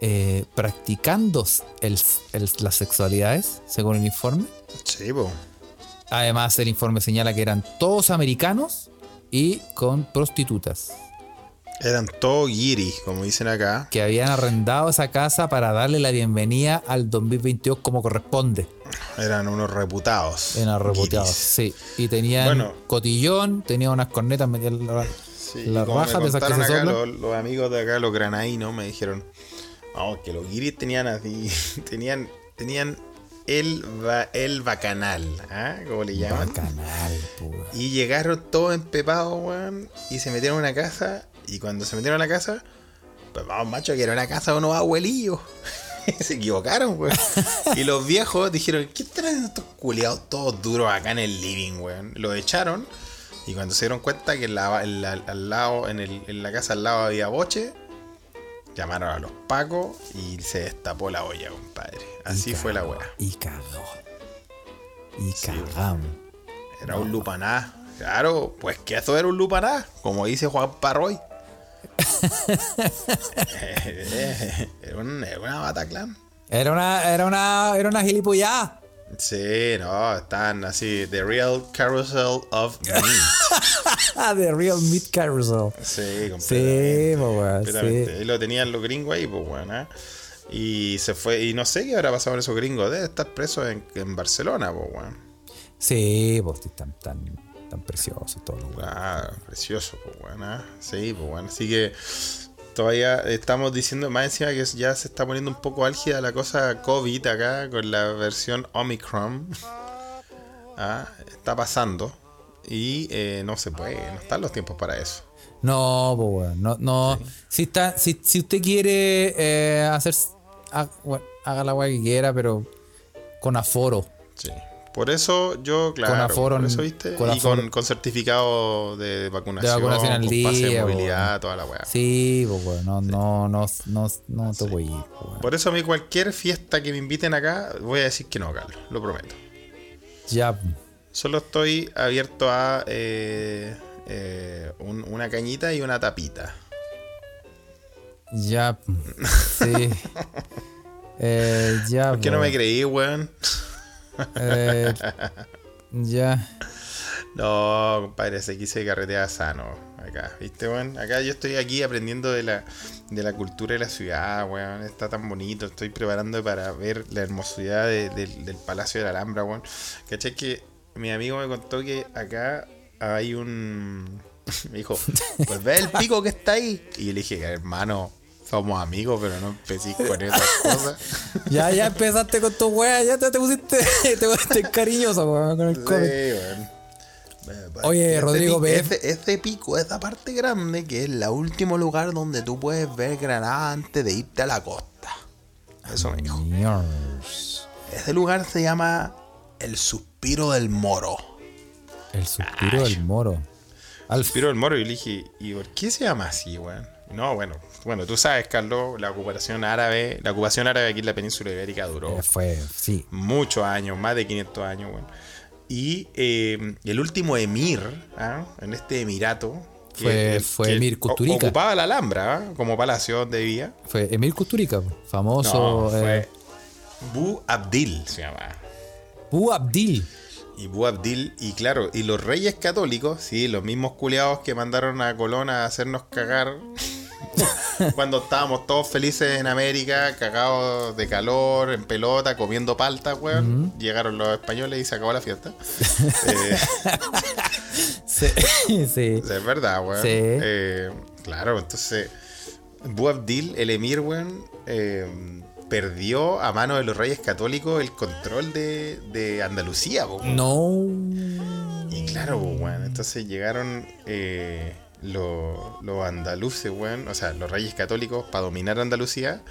B: eh, practicando el- el- las sexualidades, según el informe.
C: Sí, po.
B: Además, el informe señala que eran todos americanos y con prostitutas
C: Eran todos guiris, como dicen acá.
B: que habían arrendado esa casa para darle la bienvenida al 2022 como corresponde.
C: Eran unos reputados.
B: Eran reboteados,
C: Guiris.
B: sí. Y tenían
C: Bueno.
B: cotillón, tenían unas cornetas metidas en la-
C: Sí,
B: las
C: y como me
B: rajas de esas que
C: contaron
B: se
C: acá
B: soplan.
C: los, los amigos de acá, los granadinos, me dijeron "No, que los guiris tenían así, tenían, tenían el, ba- el bacanal, ¿ah? como le llaman.
B: Bacanal, pues. pura.
C: Y llegaron todos empepados, weón, y se metieron a una casa, y cuando se metieron a la casa, pues vamos, macho, que era una casa de unos abuelillos. se equivocaron, weón. y los viejos dijeron, ¿qué están haciendo estos culiados todos duros acá en el living, weón? Los echaron, y cuando se dieron cuenta que en la, en la- al lado, en, el- en la casa al lado había boche, llamaron a los pacos y se destapó la olla, compadre. Así
B: Y
C: fue la
B: cagó,
C: weá.
B: Y cagó. Y
C: Sí.
B: cagamos.
C: Era un lupaná. Claro, pues que eso era un lupaná, como dice Juan Parroy. era, un- era una Bataclan.
B: Era una, era una, era una gilipollada.
C: Sí, no, están así, The Real Carousel of Meat.
B: The Ah, Real Meat Carousel.
C: Sí,
B: Sí,
C: completamente.
B: po, weón,
C: completamente.
B: sí.
C: Y lo tenían los gringos ahí, pues bueno. ¿eh? Y se fue, y no sé qué habrá pasado con esos gringos, debe estar presos en, en Barcelona, pues bueno.
B: Sí, po, sí, tan, tan, tan precioso todo lo weón.
C: Ah, precioso, pues bueno. ¿eh? Sí, pues bueno. Así que todavía estamos diciendo, más encima que ya se está poniendo un poco álgida la cosa COVID acá con la versión Omicron. Ah, está pasando. Y eh, no se puede, no están los tiempos para eso.
B: No, po, weón, no, no. Si, está, si, si usted quiere eh, hacer. ha- weón, haga la weá que quiera, pero con aforo.
C: Sí. Por eso yo, claro,
B: aforo
C: por
B: en-
C: eso viste,
B: con
C: y con,
B: aforo.
C: con certificado de vacunación,
B: De vacunación al
C: con pase de
B: día, po,
C: movilidad,
B: weón.
C: toda la weá.
B: Sí, po, weón, no, no, no, no, no te voy a ir, po, weón.
C: Por eso a mí cualquier fiesta que me inviten acá, voy a decir que no, Carlos, lo prometo.
B: Ya.
C: Solo estoy abierto a eh, eh, un- una cañita y una tapita.
B: Ya. Sí. Eh, ya.
C: ¿Por qué no
B: po.
C: me creí, weón?
B: Eh, ya.
C: No, compadre, se quise carretear sano acá, ¿viste, weón? Acá yo estoy aquí aprendiendo de la, de la cultura de la ciudad, weón. Está tan bonito, estoy preparando para ver la hermosidad de- del- del Palacio de la Alhambra, weón. ¿Cachai? Que mi amigo me contó que acá hay un... Me dijo, pues ve el pico que está ahí. Y yo le dije, hermano, somos amigos, pero no empecéis con esas cosas.
B: Ya, ya empezaste con tu wea, ya te, te pusiste, te pusiste cariñoso, weón, con el
C: Sí,
B: cómic.
C: weón.
B: Oye,
C: Ese pico-
B: Rodrigo BF.
C: Ese, ese pico, esa parte grande que es el último lugar donde tú puedes ver Granada antes de irte a la costa. Eso me dijo.
B: Señores,
C: Ese lugar se llama El Suspiro del Moro.
B: El suspiro del moro.
C: El Suspiro del Moro, y le dije, ¿y por qué se llama así, weón? No, bueno, bueno, tú sabes, Carlos, la ocupación árabe, la ocupación árabe aquí en la península ibérica duró
B: Eh, Fue, sí.
C: muchos años, más de 500 años, bueno. Y eh, el último emir ¿ah? en este emirato que-
B: Fue- fue emir
C: o-
B: Kusturica.
C: Ocupaba la Alhambra ¿ah? como palacio donde vivía.
B: Fue Emil Kusturica, famoso.
C: No, fue
B: eh,
C: Bu Abdil se llamaba.
B: Bu Abdil.
C: Y Bu Abdil, y claro, y los reyes católicos, sí, los mismos culiados que mandaron a Colón a hacernos cagar cuando estábamos todos felices en América, cagados de calor, en pelota, comiendo palta, weón. Llegaron los españoles y se acabó la fiesta. Eh,
B: Sí, sí.
C: O sea, es verdad, weón.
B: Sí.
C: Eh, claro, entonces. Bu Abdil, el emir, weón, eh, perdió a mano de los reyes católicos el control de, de Andalucía, po, weón.
B: No.
C: Y claro, po, weón. Entonces llegaron eh, lo- los andaluces, weón. O sea, los reyes católicos para dominar Andalucía.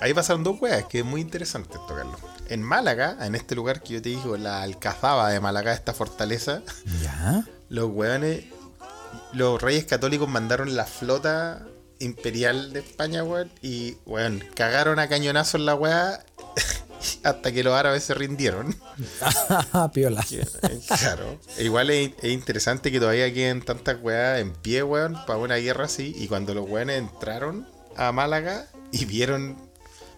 C: Ahí pasaron dos weas, que es muy interesante esto, Carlos. En Málaga, en este lugar que yo te digo, la Alcazaba de Málaga, esta fortaleza.
B: Ya.
C: Los hueones, los reyes católicos mandaron la flota imperial de España, weón, y weón, cagaron a cañonazos la weá hasta que los árabes se rindieron.
B: Ah, Piola.
C: Que, eh, claro. E Igual es, es interesante que todavía queden tantas weas en pie, weón, para una guerra así. Y cuando los weones entraron a Málaga y vieron,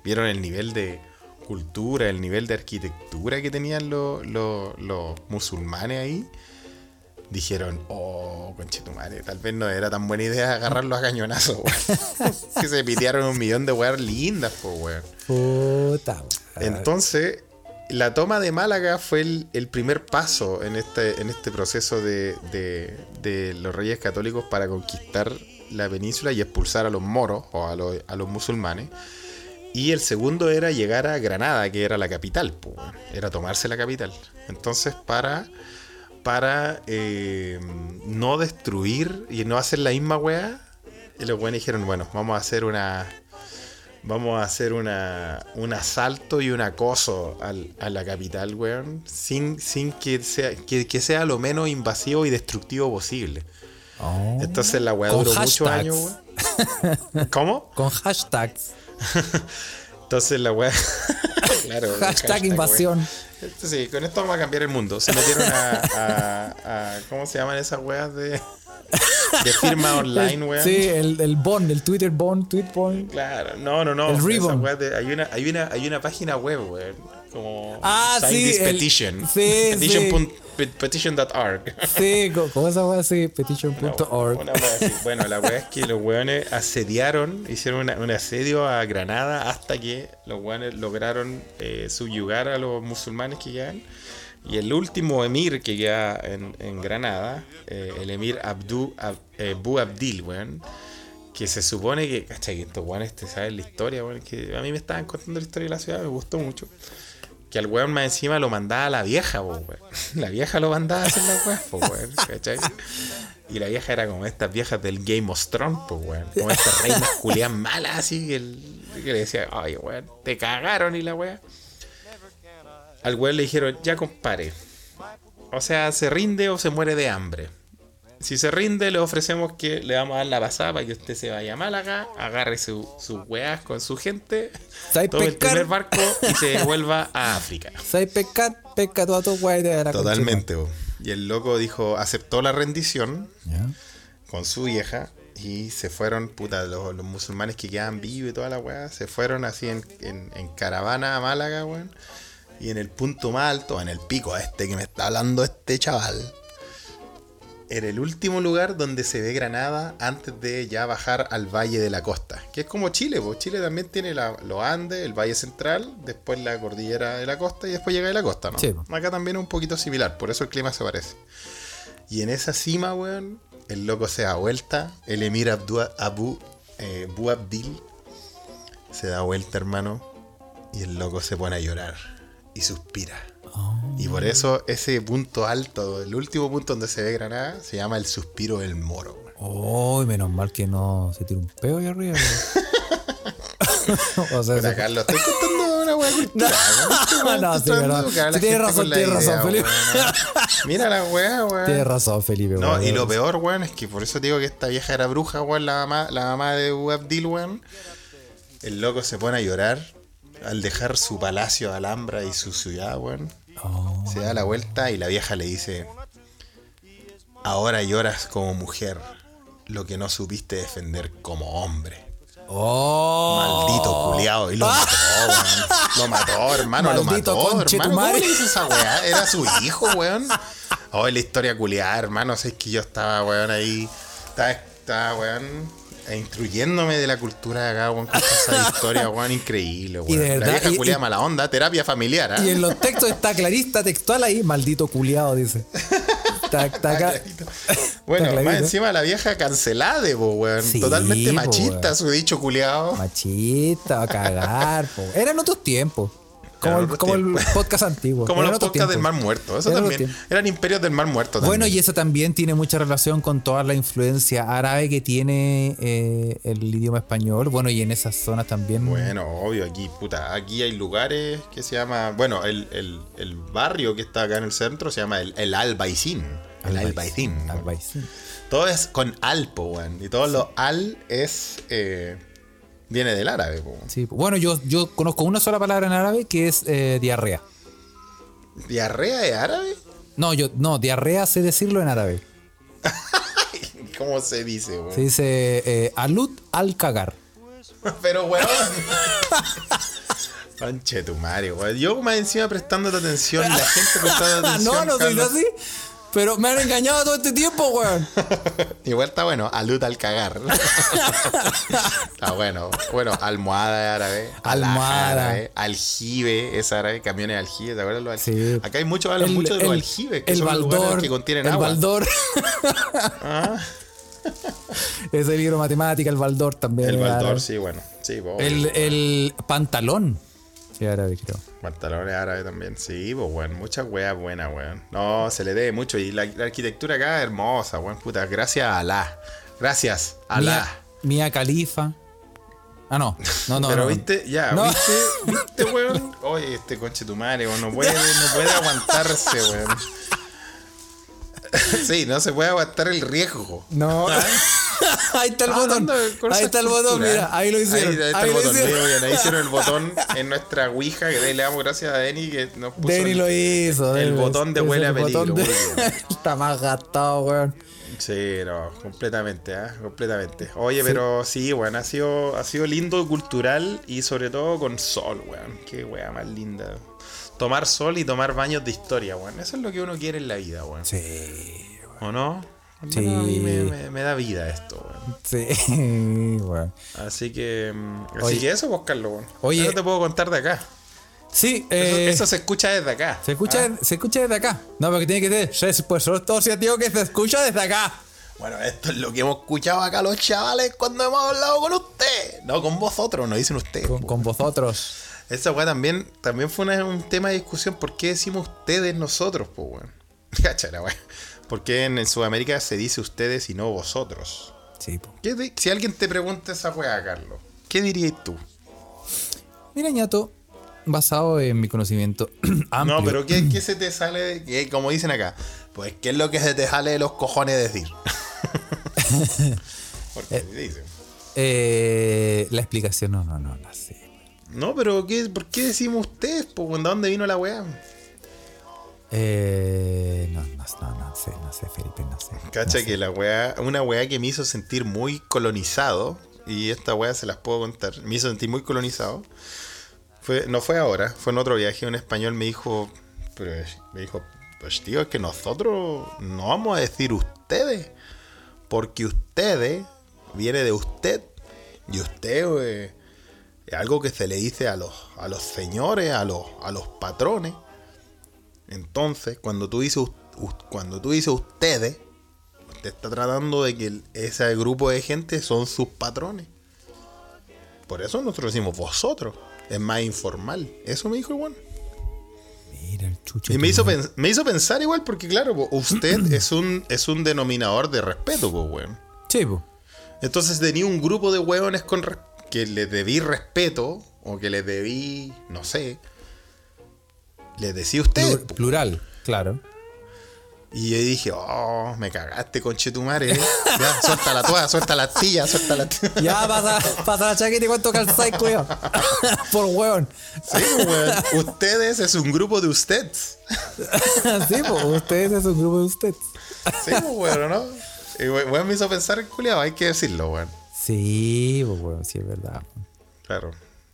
C: vieron el nivel de cultura, el nivel de arquitectura que tenían los, los- los musulmanes ahí, dijeron, oh, conchetumare, tal vez no era tan buena idea agarrarlos a cañonazos, weón. que se pitearon un millón de weas lindas, pues, weón.
B: Puta. weón.
C: Entonces, la toma de Málaga fue el, el primer paso en este, en este proceso de, de- de los reyes católicos para conquistar la península y expulsar a los moros o a los, a los musulmanes. Y el segundo era llegar a Granada, que era la capital, po, weón. era tomarse la capital. Entonces, para, para eh, no destruir y no hacer la misma weá, y los weones dijeron, bueno, vamos a hacer una, Vamos a hacer una, un asalto y un acoso al- a la capital, weón. Sin, sin que, sea, que, que sea lo menos invasivo y destructivo posible.
B: Oh.
C: Entonces la weá
B: Con
C: duró muchos
B: hashtags.
C: años, weón. ¿Cómo?
B: Con hashtags.
C: Entonces la weá. claro,
B: Hashtag,
C: weón.
B: invasión.
C: Esto Sí, con esto vamos a cambiar el mundo. Se metieron a. a- a- ¿Cómo se llaman esas weas de. de firma online, weón?
B: Sí, el, el Bond, el Twitter Bond, Tweet Bond.
C: Claro, no, no, no.
B: El
C: Esa
B: Ribbon.
C: weá de- hay, una, hay, una, hay una página web, weón. Como.
B: Ah,
C: Sign
B: sí,
C: This
B: el-
C: petition.
B: sí,
C: Petition
B: sí.
C: pun- pe- Petition.org.
B: Sí, co- ¿cómo esa wea? Sí, petition.org.
C: Una weá así. Bueno, la weá es que los weones asediaron, hicieron una- un asedio a Granada hasta que los weones lograron eh, subyugar a los musulmanes que quedan. Y el último emir que queda en, en Granada, eh, el emir Abdu, Ab- eh, Bu Abdil, weón. Que se supone que, cachai, que estos weones te saben la historia, weón. Que a mí me estaban contando la historia de la ciudad, me gustó mucho. Que al weón más encima lo mandaba la vieja, po, weón. La vieja lo mandaba a hacer la weá, po, weón. ¿Cachai? Y la vieja era como estas viejas del Game of Thrones, po, weón. Como estas reinas culiadas malas, así que, el- que le decía, ay, weón, te cagaron y la weá. Al weón le dijeron, ya compare. O sea, se rinde o se muere de hambre. Si se rinde, le ofrecemos que le vamos a dar la pasada para que usted se vaya a Málaga, agarre su- sus weas con su gente,
B: ¿Sabes
C: tome el primer
B: pescar?
C: barco y se devuelva a África.
B: ¿Sabes pescar? Pesca toda tu wea y te da la
C: Totalmente. bo. Y el loco dijo, aceptó la rendición
B: conchita. Ya.
C: con su vieja y se fueron, puta, los, los musulmanes que quedaban vivos y toda la weá, se fueron así en, en- en caravana a Málaga, weón. Y en el punto más alto, en el pico este que me está hablando este chaval, en el último lugar donde se ve Granada antes de ya bajar al Valle de la Costa, que es como Chile, pues Chile también tiene la- los Andes, el Valle Central, después la cordillera de la costa y después llega de la costa, ¿no?
B: Sí, po.
C: Acá también es un poquito similar, por eso el clima se parece. Y en esa cima, weón, el loco se da vuelta, el emir Abdua- Abu, eh, Bu Abdil se da vuelta, hermano, y el loco se pone a llorar y suspira.
B: Oh.
C: Y por eso ese punto alto, el último punto donde se ve Granada, se llama el suspiro del moro. güey.
B: Oh, menos mal que no se tira un peo ahí arriba. güey. o sea,
C: Puta,
B: se-
C: Carlos, estoy contando una weá cultural.
B: No,
C: güey. Estoy
B: sí,
C: tratando
B: pero-
C: de buscar a la
B: sí, tienes
C: gente
B: razón,
C: con la
B: tienes razón,
C: idea,
B: Felipe.
C: güey. Mira la weá,
B: tienes
C: weón.
B: razón, Felipe.
C: No,
B: güey.
C: y lo peor, weón, es que por eso digo que esta vieja era bruja, weón, la mamá, la mamá de Abu Abdil, weón. El loco se pone a llorar al dejar su palacio de Alhambra y su ciudad, weón.
B: Oh,
C: Se da la vuelta y la vieja le dice, ahora lloras como mujer, lo que no supiste defender como hombre.
B: Oh. Ah.
C: Maldito culiao. Y lo mató, weón. Lo mató, hermano,
B: Maldito
C: lo mató,
B: conche tu
C: hermano. ¿Cómo
B: madre.
C: le hizo esa weá? Era su hijo, weón. Hoy la historia culiada, hermano. Es que yo estaba, weón, ahí. Estaba, estaba, weón. e Instruyéndome de la cultura de acá, weón, con esa historia, weón, increíble, weón.
B: Y de
C: la
B: verdad,
C: vieja
B: y-
C: culiada
B: y-
C: mala onda, terapia familiar, ¿ah?
B: Y en los textos está clarista textual ahí, maldito culiado, dice. Está, está acá.
C: Bueno,
B: clarito.
C: más encima la vieja cancelada, po, weón.
B: Sí,
C: Totalmente
B: po,
C: machista
B: weón.
C: su dicho culiado.
B: Machista, a cagar. po. Eran otros tiempos. Como,
C: Eran
B: el,
C: otros
B: como el
C: tiempos.
B: podcast antiguo.
C: Como
B: Eran
C: los
B: otros
C: podcasts del
B: tiempos.
C: Mar Muerto. Eso
B: Eran otros
C: también.
B: tiempos.
C: Eran imperios del Mar Muerto también.
B: Bueno, y eso también tiene mucha relación con toda la influencia árabe que tiene eh, el idioma español. Bueno, y en esas zonas también.
C: Bueno, obvio, aquí, puta, aquí hay lugares que se llama. Bueno, el, el- el barrio que está acá en el centro se llama el, el Albaicín. El Albaicín. weón.
B: Albaicín.
C: Todo es con Alpo, weón. Y todo lo al es. eh, viene del árabe, po.
B: Sí, Bueno, yo, yo conozco una sola palabra en árabe que es eh, diarrea.
C: ¿Diarrea de árabe?
B: No, yo, no, diarrea sé decirlo en árabe.
C: ¿Cómo se dice, weón?
B: Se dice eh, alud al cagar.
C: Pero, weón. Conche tu madre, weón. Yo más encima prestándote atención, la gente prestando atención.
B: no, no se dice
C: Carlos.
B: así. Pero me han engañado todo este tiempo, weón.
C: Igual está bueno, alud al cagar. está bueno. Bueno, almohada es árabe. alhaja
B: Almohada.
C: es árabe, Aljibe es árabe. Camiones de aljibe, ¿te acuerdas? Los aljibe?
B: Sí.
C: Acá hay muchos hablan mucho de los aljibes, que
B: el
C: son los lugares
B: baldor,
C: que contienen
B: el
C: agua. Ah.
B: baldor. Ese libro de matemática, el baldor también.
C: El
B: es árabe.
C: baldor, sí, bueno. Sí, po,
B: El, el pantalón. Sí, árabe, creo.
C: Pantalones árabes también. Sí, pues, weón. Muchas weas buenas, weón. No, se le debe mucho. Y la, la arquitectura acá es hermosa, weón. Puta, gracias a Alá. Gracias, Alá.
B: Mía, Mía Califa. Ah, no. No, no.
C: Pero
B: no.
C: viste, ya,
B: No.
C: viste, viste, weón. Oye, este conche tu madre, weón. No puede, no puede aguantarse, weón. Sí, no se puede aguantar el riesgo.
B: No.
C: Ah.
B: ahí está el botón.
C: Hablando de cosas
B: Ahí está el botón,
C: culturales.
B: mira. Ahí lo hicieron.
C: ¿eh? Ahí, está
B: Ahí,
C: el
B: lo
C: botón.
B: hicieron.
C: Muy bien, ahí hicieron el botón en nuestra Ouija. Que de ahí le damos gracias a Denny que nos puso.
B: Denny
C: el-
B: lo hizo.
C: el
B: Denny lo
C: botón de
B: hizo,
C: huele
B: el
C: a
B: botón
C: peligro,
B: de-
C: muy
B: Está más gastado, weón.
C: Sí, no, completamente, ¿ah? completamente. Oye, pero sí, weón, ha sido, ha sido lindo, cultural y sobre todo con sol, weón. Qué weá más linda. Tomar sol y tomar baños de historia, weón. Eso es lo que uno quiere en la vida, weón.
B: Sí.
C: ¿O no? Al
B: Sí.
C: menos A mí me, me- me da vida esto, weón.
B: Sí, weón.
C: Así que, mm,
B: Oye.
C: así que eso, pues, Carlos, weón.
B: Oye.
C: Eso te puedo contar de acá.
B: Sí,
C: Eso,
B: eh,
C: eso Ah. se escucha desde acá.
B: se, escucha, se escucha desde acá. No, porque tiene que ser. sí, Pues yo todo sí, digo que se escucha desde acá.
C: Bueno, esto es lo que hemos escuchado acá los chavales cuando hemos hablado con usted. No, con vosotros, no dicen ustedes. pues.
B: Con,
C: po.
B: con vosotros.
C: Esa weá también, también fue una- un tema de discusión. ¿Por qué decimos ustedes nosotros, po, weón? Cacha la weá. ¿Por qué en, en Sudamérica se dice ustedes y no vosotros?
B: Sí, po.
C: ¿Qué di- si alguien te pregunta esa weá, Carlos, ¿qué dirías tú?
B: Mira, ñato, basado en mi conocimiento amplio.
C: No, pero ¿qué, qué se te sale? de- qué- como dicen acá, pues ¿qué es lo que se te sale de los cojones decir? Porque dicen.
B: Eh, la explicación, no, no, no, la sé.
C: No, pero ¿qué, ¿por qué decimos ustedes? Po, weón? ¿De dónde vino la weá?
B: Eh, no, no, no, no sé, no sé, Felipe, no sé.
C: Cacha
B: no sé.
C: que la weá, una weá que me hizo sentir muy colonizado, y esta weá se las puedo contar, me hizo sentir muy colonizado, Fue, no fue ahora, fue en otro viaje. Un español me dijo, pero es- me dijo, pues tío, es que nosotros no vamos a decir ustedes, porque ustedes viene de usted y usted eh, es algo que se le dice a los, a los señores, a los, a los patrones. Entonces, cuando tú dices, us- us- cuando tú dices ustedes, usted está tratando de que el- ese grupo de gente son sus patrones. Por eso nosotros decimos vosotros. Es más informal. Eso me dijo igual.
B: Mira el chucho.
C: Y me
B: tu
C: hizo,
B: madre.
C: pen- me hizo pensar igual porque, claro, po, usted es un, es un denominador de respeto, pues, weón.
B: Sí, po.
C: Entonces tenía un grupo de weones con res- que le debí respeto o que les debí, no sé. Les decía usted.
B: Plur- plural, claro.
C: Y yo dije, oh, me cagaste, conchetumare. eh". Ya, suelta la toalla, suelta la astilla, suelta la astilla.
B: Ya, pasa, pasa la chaqueta y cuánto calzáis, cuidado. Por weón.
C: Sí, pues, weón. Ustedes es un grupo de ustedes.
B: Sí, po. Ustedes es un grupo de ustedes.
C: Sí, pues, weón, ¿no? Y we- weón me hizo pensar, culiao, hay que decirlo, weón.
B: Sí, po, weón. Sí, es verdad. po.
C: Claro.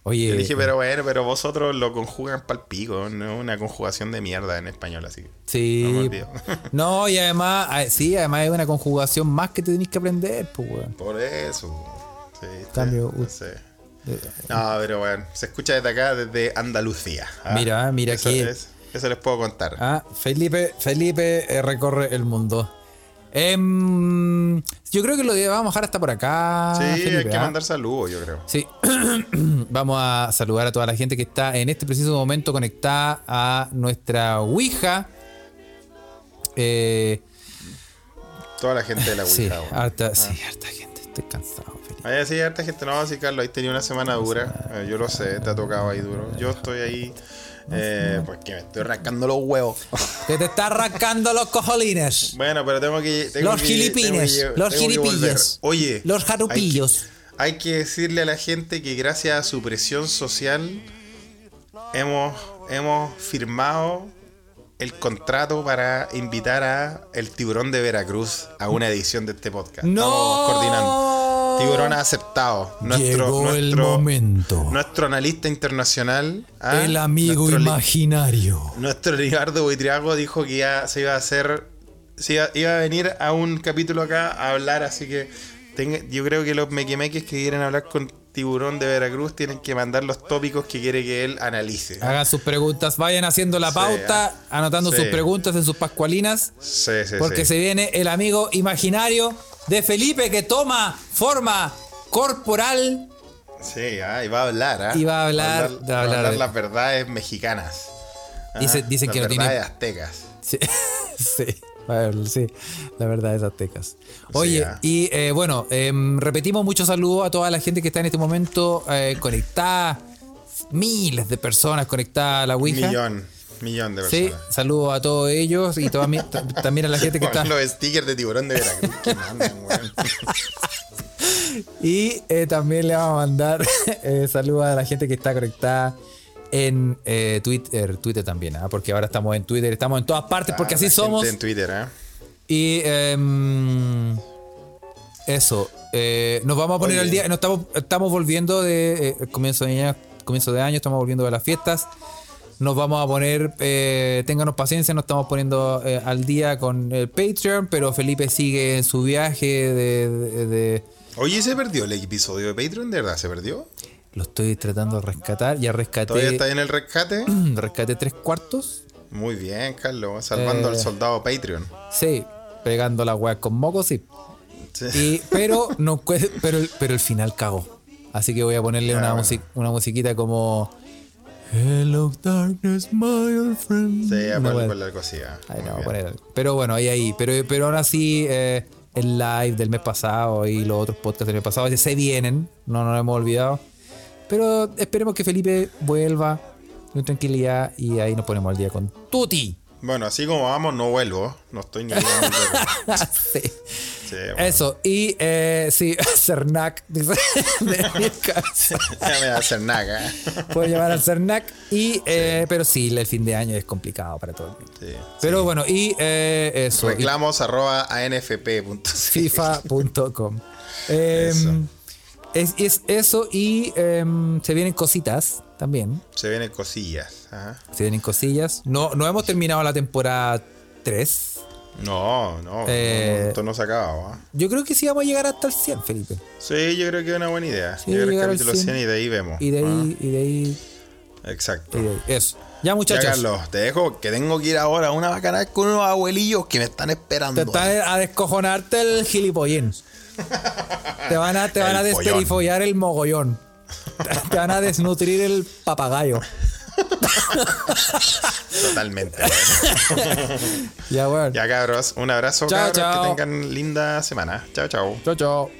B: Oye.
C: Yo dije, pero bueno, pero vosotros lo conjugan pa'l pico, no es una conjugación de mierda en español, así que. No me
B: Sí.
C: olvido.
B: po. No, y además, ah, sí, además hay una conjugación más que te tenés que aprender, pues, weón.
C: Por eso. weón. Sí, sí,
B: Cambio,
C: no
B: u-
C: sé.
B: Eh,
C: No, pero bueno, se escucha desde acá, desde Andalucía. Ah,
B: Mira, mira
C: eso,
B: que-
C: es- eso les puedo contar.
B: Ah, Felipe, Felipe eh, recorre el mundo. Em, yo creo que lo de- vamos a dejar hasta por acá.
C: sí, hay
B: Felipe,
C: que
B: ¿ah?
C: mandar saludos, yo creo.
B: Sí, vamos a saludar a toda la gente que está en este preciso momento conectada a nuestra Ouija. Eh,
C: Toda la gente de la
B: sí,
C: Ouija. weón. Ah.
B: harta, sí, harta gente. Estoy cansado, Felipe.
C: Ay, sí, harta gente no, sí, Carlos, ahí tenía una semana dura. Eh, yo lo sé, te ha tocado ahí duro. Yo estoy ahí eh, porque me estoy rascando los huevos.
B: Que te está arrancando los cojolines.
C: Bueno, pero tengo que. tengo
B: Los
C: que-
B: gilipines,
C: tengo que-
B: los
C: tengo que
B: gilipillas,
C: volver. Oye.
B: los
C: hay que-
B: jarupillos.
C: Hay que, decirle a la gente que gracias a su presión social hemos, hemos firmado el contrato para invitar a El Tiburón de Veracruz a una edición de este podcast. Estamos coordinando.
B: No.
C: Tiburón ha aceptado. Nuestro,
B: Llegó el
C: nuestro-
B: momento.
C: Nuestro analista internacional. ah,
B: el amigo
C: nuestro li-
B: imaginario.
C: nuestro Ricardo Buitriago dijo que ya se iba a hacer. Se iba, iba a venir a un capítulo acá a hablar, así que tenga- yo creo que los mequimeques que quieren hablar con Tiburón de Veracruz tienen que mandar los tópicos que quiere que él analice.
B: Hagan sus preguntas, vayan haciendo la
C: Sí,
B: pauta,
C: ah.
B: anotando
C: Sí.
B: sus preguntas en sus pascualinas,
C: Sí, sí,
B: porque
C: sí.
B: se viene el amigo imaginario de Felipe que toma forma corporal.
C: Sí, ah, y va a hablar, ah.
B: Y va a hablar- va a
C: va a
B: hablar
C: hablar
B: de-
C: las verdades mexicanas. ah,
B: Dice- dicen
C: las
B: que no tiene-
C: verdades aztecas.
B: Sí, sí, a ver, sí, la verdad es aztecas. Oye,
C: ah.
B: y eh, bueno, em, repetimos muchos saludos a toda la gente que está en este momento eh, conectada, miles de personas conectadas a la Ouija.
C: Millón, millón de
B: Sí,
C: personas.
B: saludos a todos ellos y toda mi- ta- también a la gente que está...
C: Con los stickers de Tiburón de Veracruz que mandan, weón.
B: Y eh, también le vamos a mandar eh, saludos a la gente que está conectada en eh, Twitter, Twitter también, ¿ah? porque ahora estamos en Twitter, estamos en todas partes, porque
C: Ah,
B: así
C: la gente
B: somos.
C: En Twitter, ¿eh?
B: Y em, eso, eh, nos vamos a poner
C: Oye.
B: al día, nos estamos, estamos volviendo de eh, comienzo, de año, comienzo de año, estamos volviendo de las fiestas. Nos vamos a poner, eh, ténganos paciencia, nos estamos poniendo eh, al día con el Patreon, pero Felipe sigue en su viaje de- de- de
C: Oye, ¿se perdió el episodio de Patreon? ¿De verdad se perdió?
B: Lo estoy tratando de rescatar.
C: ¿Todavía
B: Ya rescaté,
C: está en el rescate?
B: rescaté tres cuartos.
C: Muy bien, Carlos. Salvando
B: Eh.
C: al soldado Patreon.
B: Sí, pegando la weá con mocos, sí.
C: Sí.
B: Y, pero, no, cue- pero, el- pero el final cagó. Así que voy a ponerle
C: Ya,
B: una,
C: bueno.
B: musi- una musiquita como. Hello, darkness, my old friend.
C: Sí,
B: Una
C: por,
B: weá.
C: por la cosilla.
B: Ahí
C: ah. Muy
B: no,
C: bien.
B: poner algo. Pero bueno, ahí, ahí. Pero, pero aún así, eh, el live del mes pasado y los otros podcasts del mes pasado ya se vienen. No nos lo hemos olvidado. Pero esperemos que Felipe vuelva con tranquilidad y ahí nos ponemos al día con Tuti.
C: Bueno, así como vamos, no vuelvo. No estoy ni bien.
B: Ah, Sí.
C: Sí, bueno.
B: Eso. Y eh, sí, Cernac, dice. de mi casa.
C: Ya me va a hacer naga.
B: Puedo llamar al Cernac. Y, eh, Pero sí, el fin de año es complicado para todo el mundo.
C: Sí.
B: Pero bueno, y eh, eso. y-
C: Reclamos arroba anfp.cl.
B: FIFA.com.
C: Eso.
B: Em, es, es eso y em, se vienen cositas. también.
C: Se vienen cosillas. Ajá.
B: Se vienen cosillas. No, no hemos terminado la temporada 3.
C: No, no,
B: Eh,
C: no, esto no se acaba. ¿ah?
B: Yo creo que sí vamos a llegar hasta el 100, Felipe.
C: Sí, yo creo que es una buena idea.
B: Sí,
C: yo creo que
B: llegar al
C: capítulo 100 y de ahí vemos.
B: Y de ahí, y de ahí,
C: Ah, Exacto.
B: y de ahí. Eso. Ya,
C: Ya,
B: muchachos.
C: Carlos, te dejo que tengo que ir ahora a una bacanal con unos abuelillos que me están esperando.
B: Te estás a descojonarte el gilipollín. Te van a, te van
C: El
B: a
C: pollón.
B: desterifollar el mogollón. Te van a desnutrir el papagayo.
C: Totalmente.
B: Ya, bueno.
C: ya, cabros, un abrazo.
B: Chao,
C: cabros,
B: chao.
C: Que tengan linda semana. Chao, chao.
B: Chao, chao.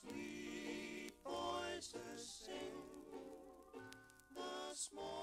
D: Sweet voices sing the small